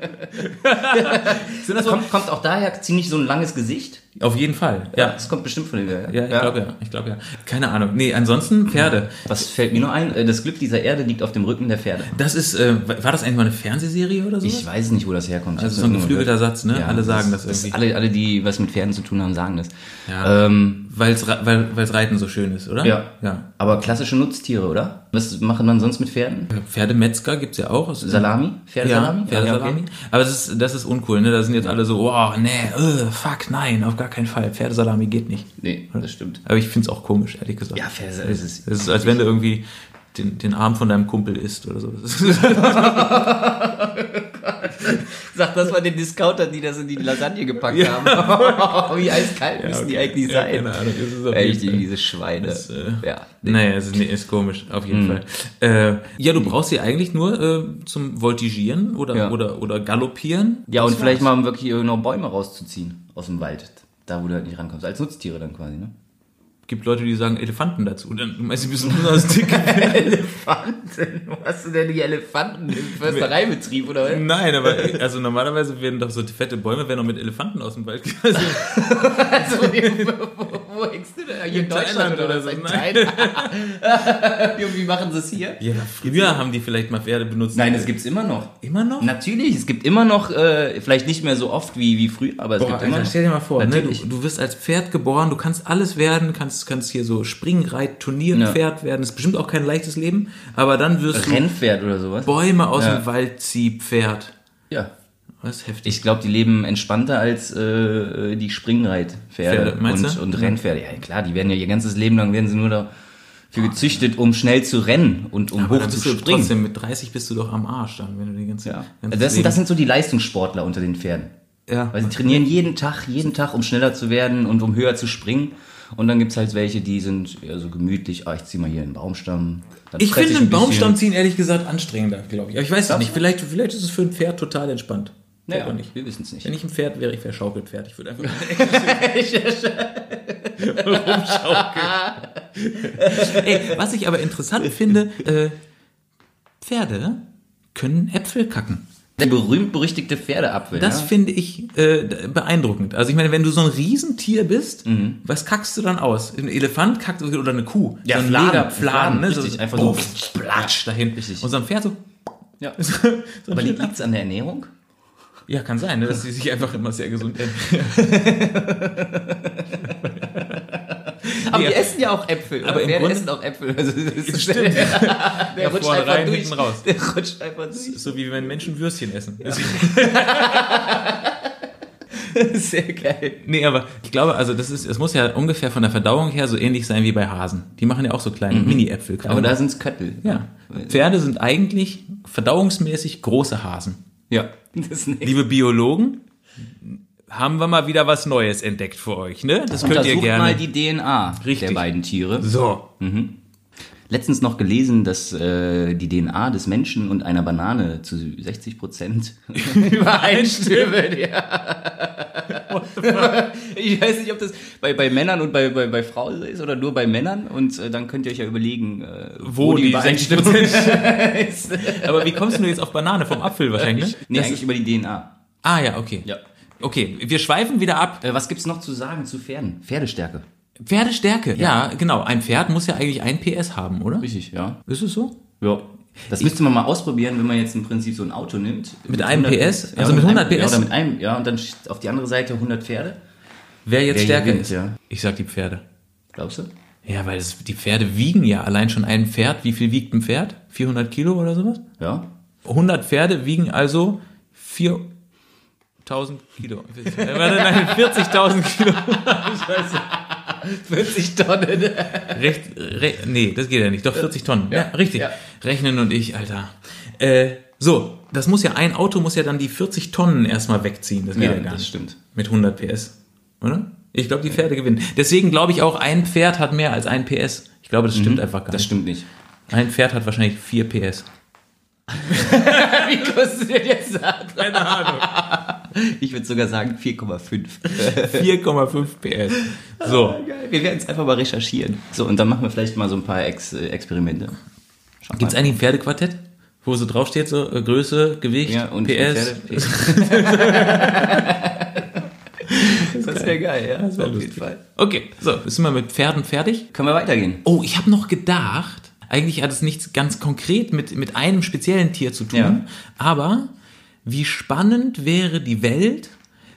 Speaker 2: sind das
Speaker 1: Also, Kommt, kommt auch daher ziemlich so ein langes Gesicht?
Speaker 2: so? Auf jeden Fall. Ja.
Speaker 1: Das kommt bestimmt von dem her.
Speaker 2: Ja, ich glaube ja. Ich glaube ja. Keine Ahnung. Nee, ansonsten Pferde.
Speaker 1: Was fällt mir noch ein? Äh, Das Glück dieser Erde liegt auf dem Rücken der Pferde. Mhm.
Speaker 2: Das ist. Äh, war das eigentlich mal eine Fernsehserie oder so?
Speaker 1: Ich weiß nicht, wo das herkommt. Ich
Speaker 2: Also
Speaker 1: hab's
Speaker 2: so ein
Speaker 1: nur immer
Speaker 2: geflügelter
Speaker 1: gehört.
Speaker 2: Satz, ne? Alle sagen das irgendwie.
Speaker 1: Alle, alle, die was mit Pferden zu tun haben, sagen das.
Speaker 2: Ja.
Speaker 1: Ähm,
Speaker 2: Weil's, Ra- weil weil's Reiten so schön ist, oder?
Speaker 1: ja.
Speaker 2: Ja.
Speaker 1: Aber klassische Nutztiere, oder? Was machen man sonst mit Pferden?
Speaker 2: Pferdemetzger gibt's ja auch. Es ist-
Speaker 1: Salami?
Speaker 2: Ja,
Speaker 1: Pferdesalami? Ah,
Speaker 2: Pferdesalami.
Speaker 1: okay.
Speaker 2: Aber das ist, das ist uncool, ne? Da sind jetzt alle so, wow, nee, äh, fuck, nein, auf gar keinen Fall. Pferdesalami geht nicht.
Speaker 1: Nee, das stimmt.
Speaker 2: Aber ich find's auch komisch, ehrlich gesagt.
Speaker 1: Ja, Pferdesalami
Speaker 2: Es
Speaker 1: ist-
Speaker 2: ist, es ist als wenn du irgendwie den, den Arm von deinem Kumpel isst oder so.
Speaker 1: Sag das mal den Discounter, die das in die Lasagne gepackt haben. Wie eiskalt müssen die eigentlich sein?
Speaker 2: keine Ahnung, es ist auf jeden
Speaker 1: Echt,
Speaker 2: Fall-
Speaker 1: diese Schweine.
Speaker 2: genau. äh,
Speaker 1: ja.
Speaker 2: Naja, es ist, nee, ist komisch, auf
Speaker 1: Hm.
Speaker 2: jeden Fall. Äh, ja, du brauchst sie eigentlich nur äh, zum Voltigieren oder,
Speaker 1: Ja,
Speaker 2: oder, oder Galoppieren.
Speaker 1: ja, und
Speaker 2: Das
Speaker 1: vielleicht
Speaker 2: war's.
Speaker 1: mal wirklich äh, noch Bäume rauszuziehen aus dem Wald. Da, wo du halt nicht rankommst. Als Nutztiere dann quasi, ne?
Speaker 2: gibt Leute, die sagen Elefanten dazu. Dann meinst du, die müssen besonders dick.
Speaker 1: Elefanten? Wo hast du denn die Elefanten im Förstereibetrieb, oder was?
Speaker 2: Nein, aber also normalerweise werden doch so fette Bäume werden doch mit Elefanten aus dem Wald gerissen.
Speaker 1: Also, wo, wo hängst du denn? Hier in, Deutschland
Speaker 2: Thailand
Speaker 1: oder,
Speaker 2: oder
Speaker 1: was?
Speaker 2: so,
Speaker 1: In
Speaker 2: nein.
Speaker 1: Thailand? Jo, Wie machen sie es hier?
Speaker 2: Ja, früher haben die vielleicht mal Pferde benutzt.
Speaker 1: Nein, das gibt's immer noch.
Speaker 2: Immer noch?
Speaker 1: Natürlich, es gibt immer noch, äh, vielleicht nicht mehr so oft wie, wie früher, aber es
Speaker 2: Boah,
Speaker 1: gibt immer
Speaker 2: Alter,
Speaker 1: noch.
Speaker 2: stell dir mal vor, ne,
Speaker 1: Natürlich.
Speaker 2: du, du wirst als Pferd geboren, du kannst alles werden, kannst, kannst hier so Springreit, Turnierpferd werden, ist bestimmt auch kein leichtes Leben, aber dann wirst du
Speaker 1: Rennpferd oder sowas.
Speaker 2: Bäume aus
Speaker 1: Ja.
Speaker 2: dem Wald zieh, Pferd.
Speaker 1: Ja.
Speaker 2: Das ist heftig.
Speaker 1: Ich glaube, die leben entspannter als äh, die Springreitpferde
Speaker 2: Pferde, meinst
Speaker 1: und,
Speaker 2: du?
Speaker 1: und Rennpferde. Ja, klar, die werden ja ihr ganzes Leben lang werden sie nur dafür gezüchtet, um schnell zu rennen und um
Speaker 2: Aber
Speaker 1: hoch
Speaker 2: dann
Speaker 1: zu
Speaker 2: bist du
Speaker 1: springen.
Speaker 2: trotzdem mit 30 bist du doch am Arsch dann, wenn du die ganze
Speaker 1: Ja.
Speaker 2: ganze
Speaker 1: Also das, sind,
Speaker 2: Leben-
Speaker 1: das sind so die Leistungssportler unter den Pferden.
Speaker 2: ja.
Speaker 1: Weil sie trainieren jeden Tag, jeden Tag, um schneller zu werden und um höher zu springen. Und dann gibt's halt welche, die sind eher so gemütlich. Ah, ich zieh mal hier einen Baumstamm. Dann
Speaker 2: Ich
Speaker 1: fress
Speaker 2: finde
Speaker 1: ein
Speaker 2: einen
Speaker 1: bisschen.
Speaker 2: Baumstamm ziehen ehrlich gesagt anstrengender, glaube ich. Aber ich weiß es nicht. Vielleicht, vielleicht ist es für ein Pferd total entspannt. Vielleicht
Speaker 1: Naja,
Speaker 2: auch nicht.
Speaker 1: wir wissen es nicht.
Speaker 2: Wenn ich ein Pferd wäre, ich wäre Schaukelpferd. Ich würde einfach Ey, was ich aber interessant finde, äh, Pferde können Äpfel kacken.
Speaker 1: Der berühmt-berüchtigte Pferdeapfel.
Speaker 2: Das
Speaker 1: ja?
Speaker 2: finde ich äh, d- beeindruckend. Also ich meine, wenn du so ein Riesentier bist, was kackst du dann aus? Ein Elefant kackt oder eine Kuh.
Speaker 1: Ja,
Speaker 2: so ein
Speaker 1: Fladen,
Speaker 2: Lederpfladen,
Speaker 1: Fladen,
Speaker 2: ne?
Speaker 1: richtig,
Speaker 2: so,
Speaker 1: einfach so
Speaker 2: Puff, platsch dahin.
Speaker 1: Richtig.
Speaker 2: Und so ein Pferd so.
Speaker 1: Ja.
Speaker 2: so ein
Speaker 1: Aber
Speaker 2: schöner-
Speaker 1: liegt es an der Ernährung?
Speaker 2: Ja, kann sein, ne, dass sie sich einfach immer sehr gesund ernähren.
Speaker 1: Aber
Speaker 2: Ja.
Speaker 1: die essen ja auch Äpfel.
Speaker 2: Aber im
Speaker 1: Pferde
Speaker 2: Grunde-
Speaker 1: essen auch Äpfel. Also das ist
Speaker 2: Stimmt.
Speaker 1: Der rutscht
Speaker 2: vorne
Speaker 1: einfach
Speaker 2: rein,
Speaker 1: durch.
Speaker 2: hinten raus.
Speaker 1: Der rutscht einfach durch.
Speaker 2: So wie wenn Menschen Würstchen essen.
Speaker 1: Sehr geil.
Speaker 2: Nee, aber ich glaube, also das ist, es muss ja ungefähr von der Verdauung her so ähnlich sein wie bei Hasen. Die machen ja auch so kleine Mini-Äpfel.
Speaker 1: Aber da sind's Köttel.
Speaker 2: Mhm. ja. Pferde sind eigentlich verdauungsmäßig große Hasen.
Speaker 1: Ja. Das ist nicht.
Speaker 2: Liebe Biologen, haben wir mal wieder was Neues entdeckt für euch, ne? Das könnt ihr
Speaker 1: Untersucht
Speaker 2: gerne.
Speaker 1: mal die DNA
Speaker 2: Richtig.
Speaker 1: der beiden Tiere.
Speaker 2: so.
Speaker 1: Letztens noch gelesen, dass äh, die DNA des Menschen und einer Banane zu 60 Prozent übereinstimmen. Ja. ich weiß nicht, ob das bei, bei Männern und bei, bei, bei Frauen so ist oder nur bei Männern. Und äh, dann könnt ihr euch ja überlegen, äh,
Speaker 2: Wo die
Speaker 1: Übereinstimmung ist.
Speaker 2: Aber wie kommst du jetzt auf Banane vom Apfel wahrscheinlich? ne?
Speaker 1: nee,
Speaker 2: Das-
Speaker 1: eigentlich über die DNA.
Speaker 2: ah ja, okay.
Speaker 1: Ja.
Speaker 2: Okay, wir schweifen wieder ab.
Speaker 1: Äh, was gibt's noch zu sagen zu Pferden? Pferdestärke.
Speaker 2: Pferdestärke. Ja. genau. Ein Pferd muss ja eigentlich ein PS haben, oder?
Speaker 1: Richtig, ja.
Speaker 2: Ist es so?
Speaker 1: Ja. Das müsste man mal ausprobieren, wenn man jetzt im Prinzip so ein Auto nimmt.
Speaker 2: Mit einem
Speaker 1: 100
Speaker 2: PS?
Speaker 1: Ja,
Speaker 2: Also mit 100
Speaker 1: einem, Ja,
Speaker 2: PS?
Speaker 1: oder mit einem, ja, und dann sch- auf die andere Seite 100 Pferde.
Speaker 2: Wer jetzt
Speaker 1: Wer
Speaker 2: stärker
Speaker 1: gewinnt,
Speaker 2: ist?
Speaker 1: ja.
Speaker 2: Ich sag die Pferde.
Speaker 1: Glaubst du?
Speaker 2: Ja, weil es, die Pferde wiegen ja allein schon ein Pferd. Wie viel wiegt ein Pferd? 400 Kilo oder sowas?
Speaker 1: Ja.
Speaker 2: 100 Pferde wiegen also 4000 Kilo. Äh, Warte, nein, 40.000 Kilo. Scheiße.
Speaker 1: 40 Tonnen.
Speaker 2: Recht, re, nee, das geht ja nicht. Doch 40 Tonnen. Ja,
Speaker 1: Ja,
Speaker 2: richtig.
Speaker 1: ja.
Speaker 2: Rechnen und ich, Alter. Äh, so, das muss ja ein Auto muss ja dann die 40 Tonnen erstmal wegziehen. Das geht ja,
Speaker 1: Ja,
Speaker 2: gar
Speaker 1: das
Speaker 2: nicht.
Speaker 1: stimmt.
Speaker 2: Mit 100 PS, oder? Ich glaube, die Pferde gewinnen. Deswegen glaube ich auch, ein Pferd hat mehr als ein PS. Ich glaube, das stimmt einfach
Speaker 1: Mhm.
Speaker 2: gar
Speaker 1: Hm? Das
Speaker 2: nicht.
Speaker 1: stimmt nicht.
Speaker 2: Ein Pferd hat wahrscheinlich 4 PS.
Speaker 1: Wie kostet denn jetzt
Speaker 2: Keine Ahnung.
Speaker 1: Ich würde sogar sagen 4,5.
Speaker 2: 4,5 PS. So.
Speaker 1: Wir werden es einfach mal recherchieren. So, und dann machen wir vielleicht mal so ein paar Ex äh, Experimente. Schaut
Speaker 2: Gibt es
Speaker 1: mal.
Speaker 2: eigentlich ein Pferdequartett? Wo so draufsteht, so äh, Größe, Gewicht,
Speaker 1: ja, und
Speaker 2: PS.
Speaker 1: PS. das wäre geil, ja. Das
Speaker 2: wär
Speaker 1: auf jeden
Speaker 2: lustig.
Speaker 1: Fall.
Speaker 2: Okay, so, sind wir mit Pferden fertig?
Speaker 1: Können wir weitergehen?
Speaker 2: Oh, ich habe noch gedacht, eigentlich hat es nichts ganz konkret mit, mit einem speziellen Tier zu tun,
Speaker 1: Ja.
Speaker 2: aber wie spannend wäre die Welt,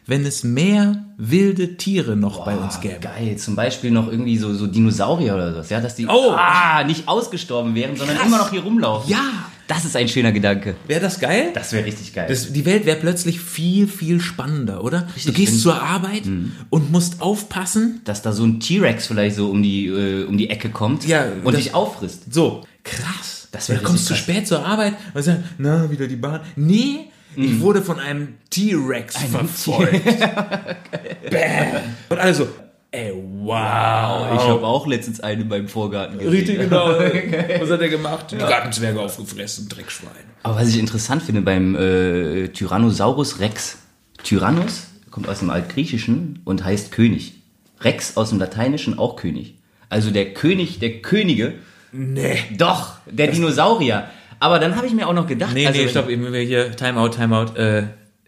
Speaker 2: wenn es mehr wilde Tiere noch bei uns
Speaker 1: Ah,
Speaker 2: gäbe.
Speaker 1: Geil, zum Beispiel noch irgendwie so, so Dinosaurier oder sowas, ja, dass die
Speaker 2: Oh!
Speaker 1: ah, nicht ausgestorben wären, sondern immer noch hier rumlaufen.
Speaker 2: Ja,
Speaker 1: Das ist ein schöner Gedanke.
Speaker 2: wäre das geil?
Speaker 1: Das wäre richtig geil.
Speaker 2: Das, die Welt wäre plötzlich viel, viel spannender, oder? du gehst
Speaker 1: wenn- Hm.
Speaker 2: zur Arbeit und musst aufpassen.
Speaker 1: dass da so ein T-Rex vielleicht so um die, äh, um die Ecke kommt
Speaker 2: Ja,
Speaker 1: und
Speaker 2: das-
Speaker 1: dich auffrisst.
Speaker 2: So, krass.
Speaker 1: Das
Speaker 2: du
Speaker 1: wär
Speaker 2: kommst zu
Speaker 1: richtig
Speaker 2: spät zur Arbeit und sagst, na, wieder die Bahn. Nee, ich wurde von Mhm. einem T-Rex verfolgt. Bam. Und alle so, ey, wow.
Speaker 1: Ich habe auch letztens einen in meinem Vorgarten gesehen.
Speaker 2: Richtig, genau. Was hat er gemacht? Die Gartenzwerge aufgefressen, Dreckschwein.
Speaker 1: Aber was ich interessant finde beim äh, Tyrannosaurus Rex. Tyrannos kommt aus dem Altgriechischen und heißt König. Rex aus dem Lateinischen auch König. Also der König der Könige.
Speaker 2: Nee.
Speaker 1: Doch, der Dinosaurier. Aber dann habe ich mir auch noch gedacht,
Speaker 2: Nee,
Speaker 1: also
Speaker 2: nee,
Speaker 1: wenn-
Speaker 2: stopp, eben wir hier, Timeout, Timeout. Äh,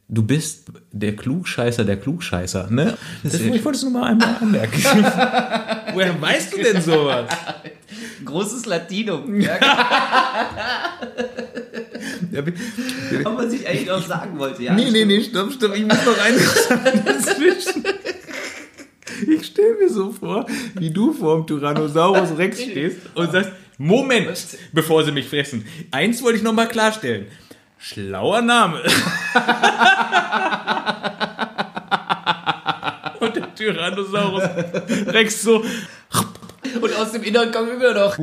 Speaker 2: du bist der Klugscheißer der Klugscheißer, ne? Deswegen, ich wollte es nur mal einmal anmerken. Woher weißt du denn sowas?
Speaker 1: großes Latinum. Ja,
Speaker 2: Ja, wir-
Speaker 1: was ich eigentlich auch sagen wollte, ja.
Speaker 2: Nee, nee, nee, stopp, stopp, ich muss noch eins sagen dazwischen. Ich stelle mir so vor, wie du vorm Tyrannosaurus Rex stehst und sagst, Moment, bevor sie mich fressen. Eins wollte ich nochmal klarstellen. Schlauer Name. Und der Tyrannosaurus Rex so,
Speaker 1: Und aus dem Innern kommen immer noch.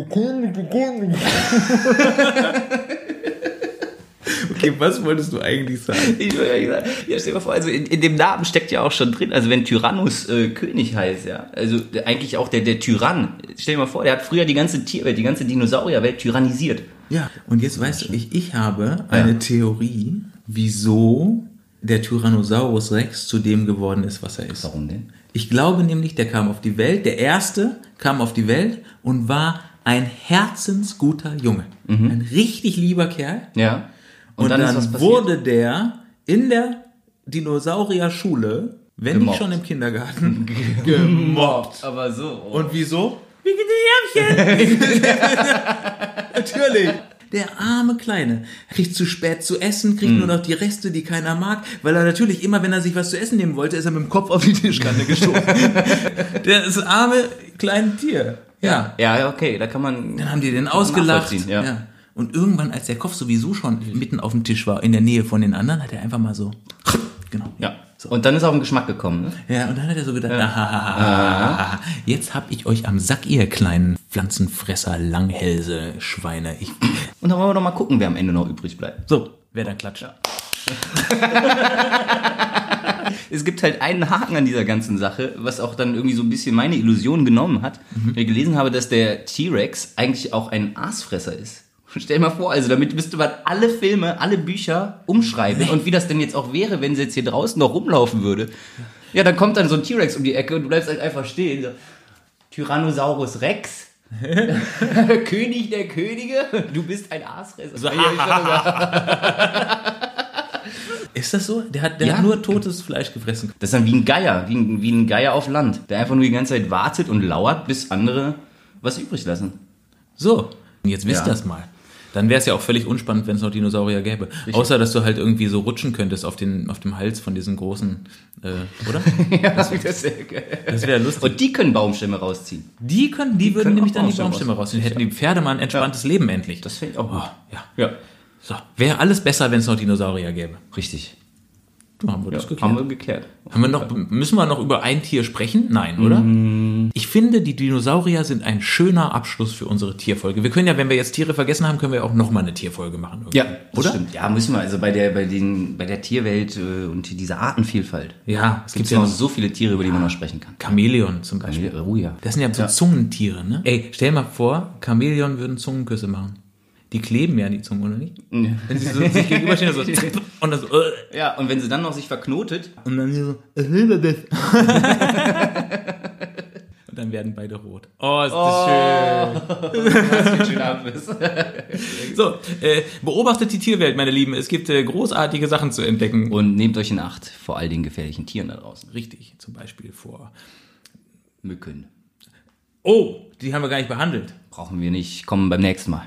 Speaker 2: okay, was wolltest du eigentlich sagen?
Speaker 1: Ich würde ja sagen, ja, stell dir mal vor, also in, in dem Namen steckt ja auch schon drin. Also wenn Tyrannus äh, König heißt, ja. Also der, eigentlich auch der, der Tyrann. Stell dir mal vor, der hat früher die ganze Tierwelt, die ganze Dinosaurierwelt tyrannisiert.
Speaker 2: Ja, und jetzt weißt du, ich, ich habe eine Theorie, wieso der Tyrannosaurus Rex zu dem geworden ist, was er ist.
Speaker 1: Warum denn?
Speaker 2: Ich glaube nämlich, der kam auf die Welt, der erste kam auf die Welt und war ein herzensguter Junge. Ein richtig lieber Kerl.
Speaker 1: Ja.
Speaker 2: Und, dann,
Speaker 1: Mhm. ist was passiert.
Speaker 2: wurde der in der Dinosaurierschule, wenn nicht
Speaker 1: Gemobbt.
Speaker 2: schon im Kindergarten, gemobbt.
Speaker 1: aber so. Oh.
Speaker 2: Und wieso? Wegen den Ärmchen. Natürlich. Der arme Kleine kriegt zu spät zu essen,
Speaker 1: Hm.
Speaker 2: kriegt nur noch die Reste, die keiner mag, weil er natürlich immer, wenn er sich was zu essen nehmen wollte, ist er mit dem Kopf auf die Tischkante gestoßen. das arme kleine Tier. Ja.
Speaker 1: ja, ja, okay, da kann man.
Speaker 2: Dann haben die den ausgelacht.
Speaker 1: nachvollziehen, ja.
Speaker 2: Und irgendwann, als der Kopf sowieso schon mitten auf dem Tisch war, in der Nähe von den anderen, hat er einfach mal so. Genau.
Speaker 1: Ja. Und dann ist er auf den Geschmack gekommen. Ne?
Speaker 2: Ja, und dann hat er so gedacht, ah, jetzt hab ich euch am Sack, ihr kleinen Pflanzenfresser, Langhälse, Schweine. Ich,
Speaker 1: Und dann wollen wir doch mal gucken, wer am Ende noch übrig bleibt.
Speaker 2: so, wer dann klatscht.
Speaker 1: es gibt halt einen Haken an dieser ganzen Sache, was auch dann irgendwie so ein bisschen meine Illusion genommen hat. Weil Ich gelesen habe, dass der T-Rex eigentlich auch ein Aasfresser ist. Stell dir mal vor, also damit müsste man alle Filme, alle Bücher umschreiben. Und wie das denn jetzt auch wäre, wenn sie jetzt hier draußen noch rumlaufen würde. Ja, dann kommt dann so ein T-Rex um die Ecke und du bleibst halt einfach stehen. So, Tyrannosaurus Rex? König der Könige? Du bist ein Aasfresser. So,
Speaker 2: Ist das so? Der hat, der
Speaker 1: Ja.
Speaker 2: hat nur totes Fleisch gefressen.
Speaker 1: Das ist dann wie ein Geier, wie ein, wie ein Geier auf Land, der einfach nur die ganze Zeit wartet und lauert, bis andere was übrig lassen.
Speaker 2: So, und jetzt wisst
Speaker 1: Ja.
Speaker 2: das mal. Dann wäre es ja auch völlig unspannend, wenn es noch Dinosaurier gäbe. Außer, dass du halt irgendwie so rutschen könntest auf, den, auf dem Hals von diesen großen, äh, oder?
Speaker 1: Ja, das wäre geil.
Speaker 2: Das wäre lustig.
Speaker 1: Und die können Baumstämme rausziehen.
Speaker 2: Die können, die, würden
Speaker 1: können
Speaker 2: nämlich
Speaker 1: auch
Speaker 2: dann die
Speaker 1: Baumstämme
Speaker 2: Baumstämme rausziehen. Hätten die Pferde mal ein entspanntes Leben endlich. Das
Speaker 1: fände ich auch gut.
Speaker 2: ja.
Speaker 1: Oh, Ja,
Speaker 2: So, wäre alles besser, wenn es noch Dinosaurier gäbe.
Speaker 1: richtig.
Speaker 2: Du, haben wir das geklärt.
Speaker 1: Haben wir geklärt.
Speaker 2: Haben wir noch, müssen wir noch über ein Tier sprechen? Nein, oder?
Speaker 1: Mm.
Speaker 2: Ich finde, die Dinosaurier sind ein schöner Abschluss für unsere Tierfolge. Wir können ja, wenn wir jetzt Tiere vergessen haben, können wir auch nochmal eine Tierfolge machen. irgendwie.
Speaker 1: oder?
Speaker 2: oder?
Speaker 1: Stimmt. Ja, müssen wir. Also bei der, bei den, bei der Tierwelt äh, und dieser Artenvielfalt
Speaker 2: Ja, es
Speaker 1: gibt
Speaker 2: gibt
Speaker 1: es
Speaker 2: ja
Speaker 1: noch
Speaker 2: noch
Speaker 1: so viele Tiere, über die man noch sprechen kann.
Speaker 2: Chamäleon zum Beispiel.
Speaker 1: Oh ja.
Speaker 2: Das sind ja so Zungentiere, ne? Ey, stell mal vor, Chamäleon würden Zungenküsse machen. Die kleben ja an die Zunge, oder nicht? Wenn sie so sich gegenüberstehen, so zapp, und dann so, äh,
Speaker 1: Ja, und wenn sie dann noch sich verknotet,
Speaker 2: und dann so, äh, will das? Und dann werden beide rot. Oh, ist das
Speaker 1: schön Abriss.
Speaker 2: schön. So, äh, beobachtet die Tierwelt, meine Lieben. Es gibt äh, großartige Sachen zu entdecken.
Speaker 1: Und nehmt euch in Acht vor all den gefährlichen Tieren da draußen.
Speaker 2: Richtig, zum Beispiel vor.
Speaker 1: Mücken
Speaker 2: Oh, die haben wir gar nicht behandelt.
Speaker 1: brauchen wir nicht. Kommen beim nächsten Mal.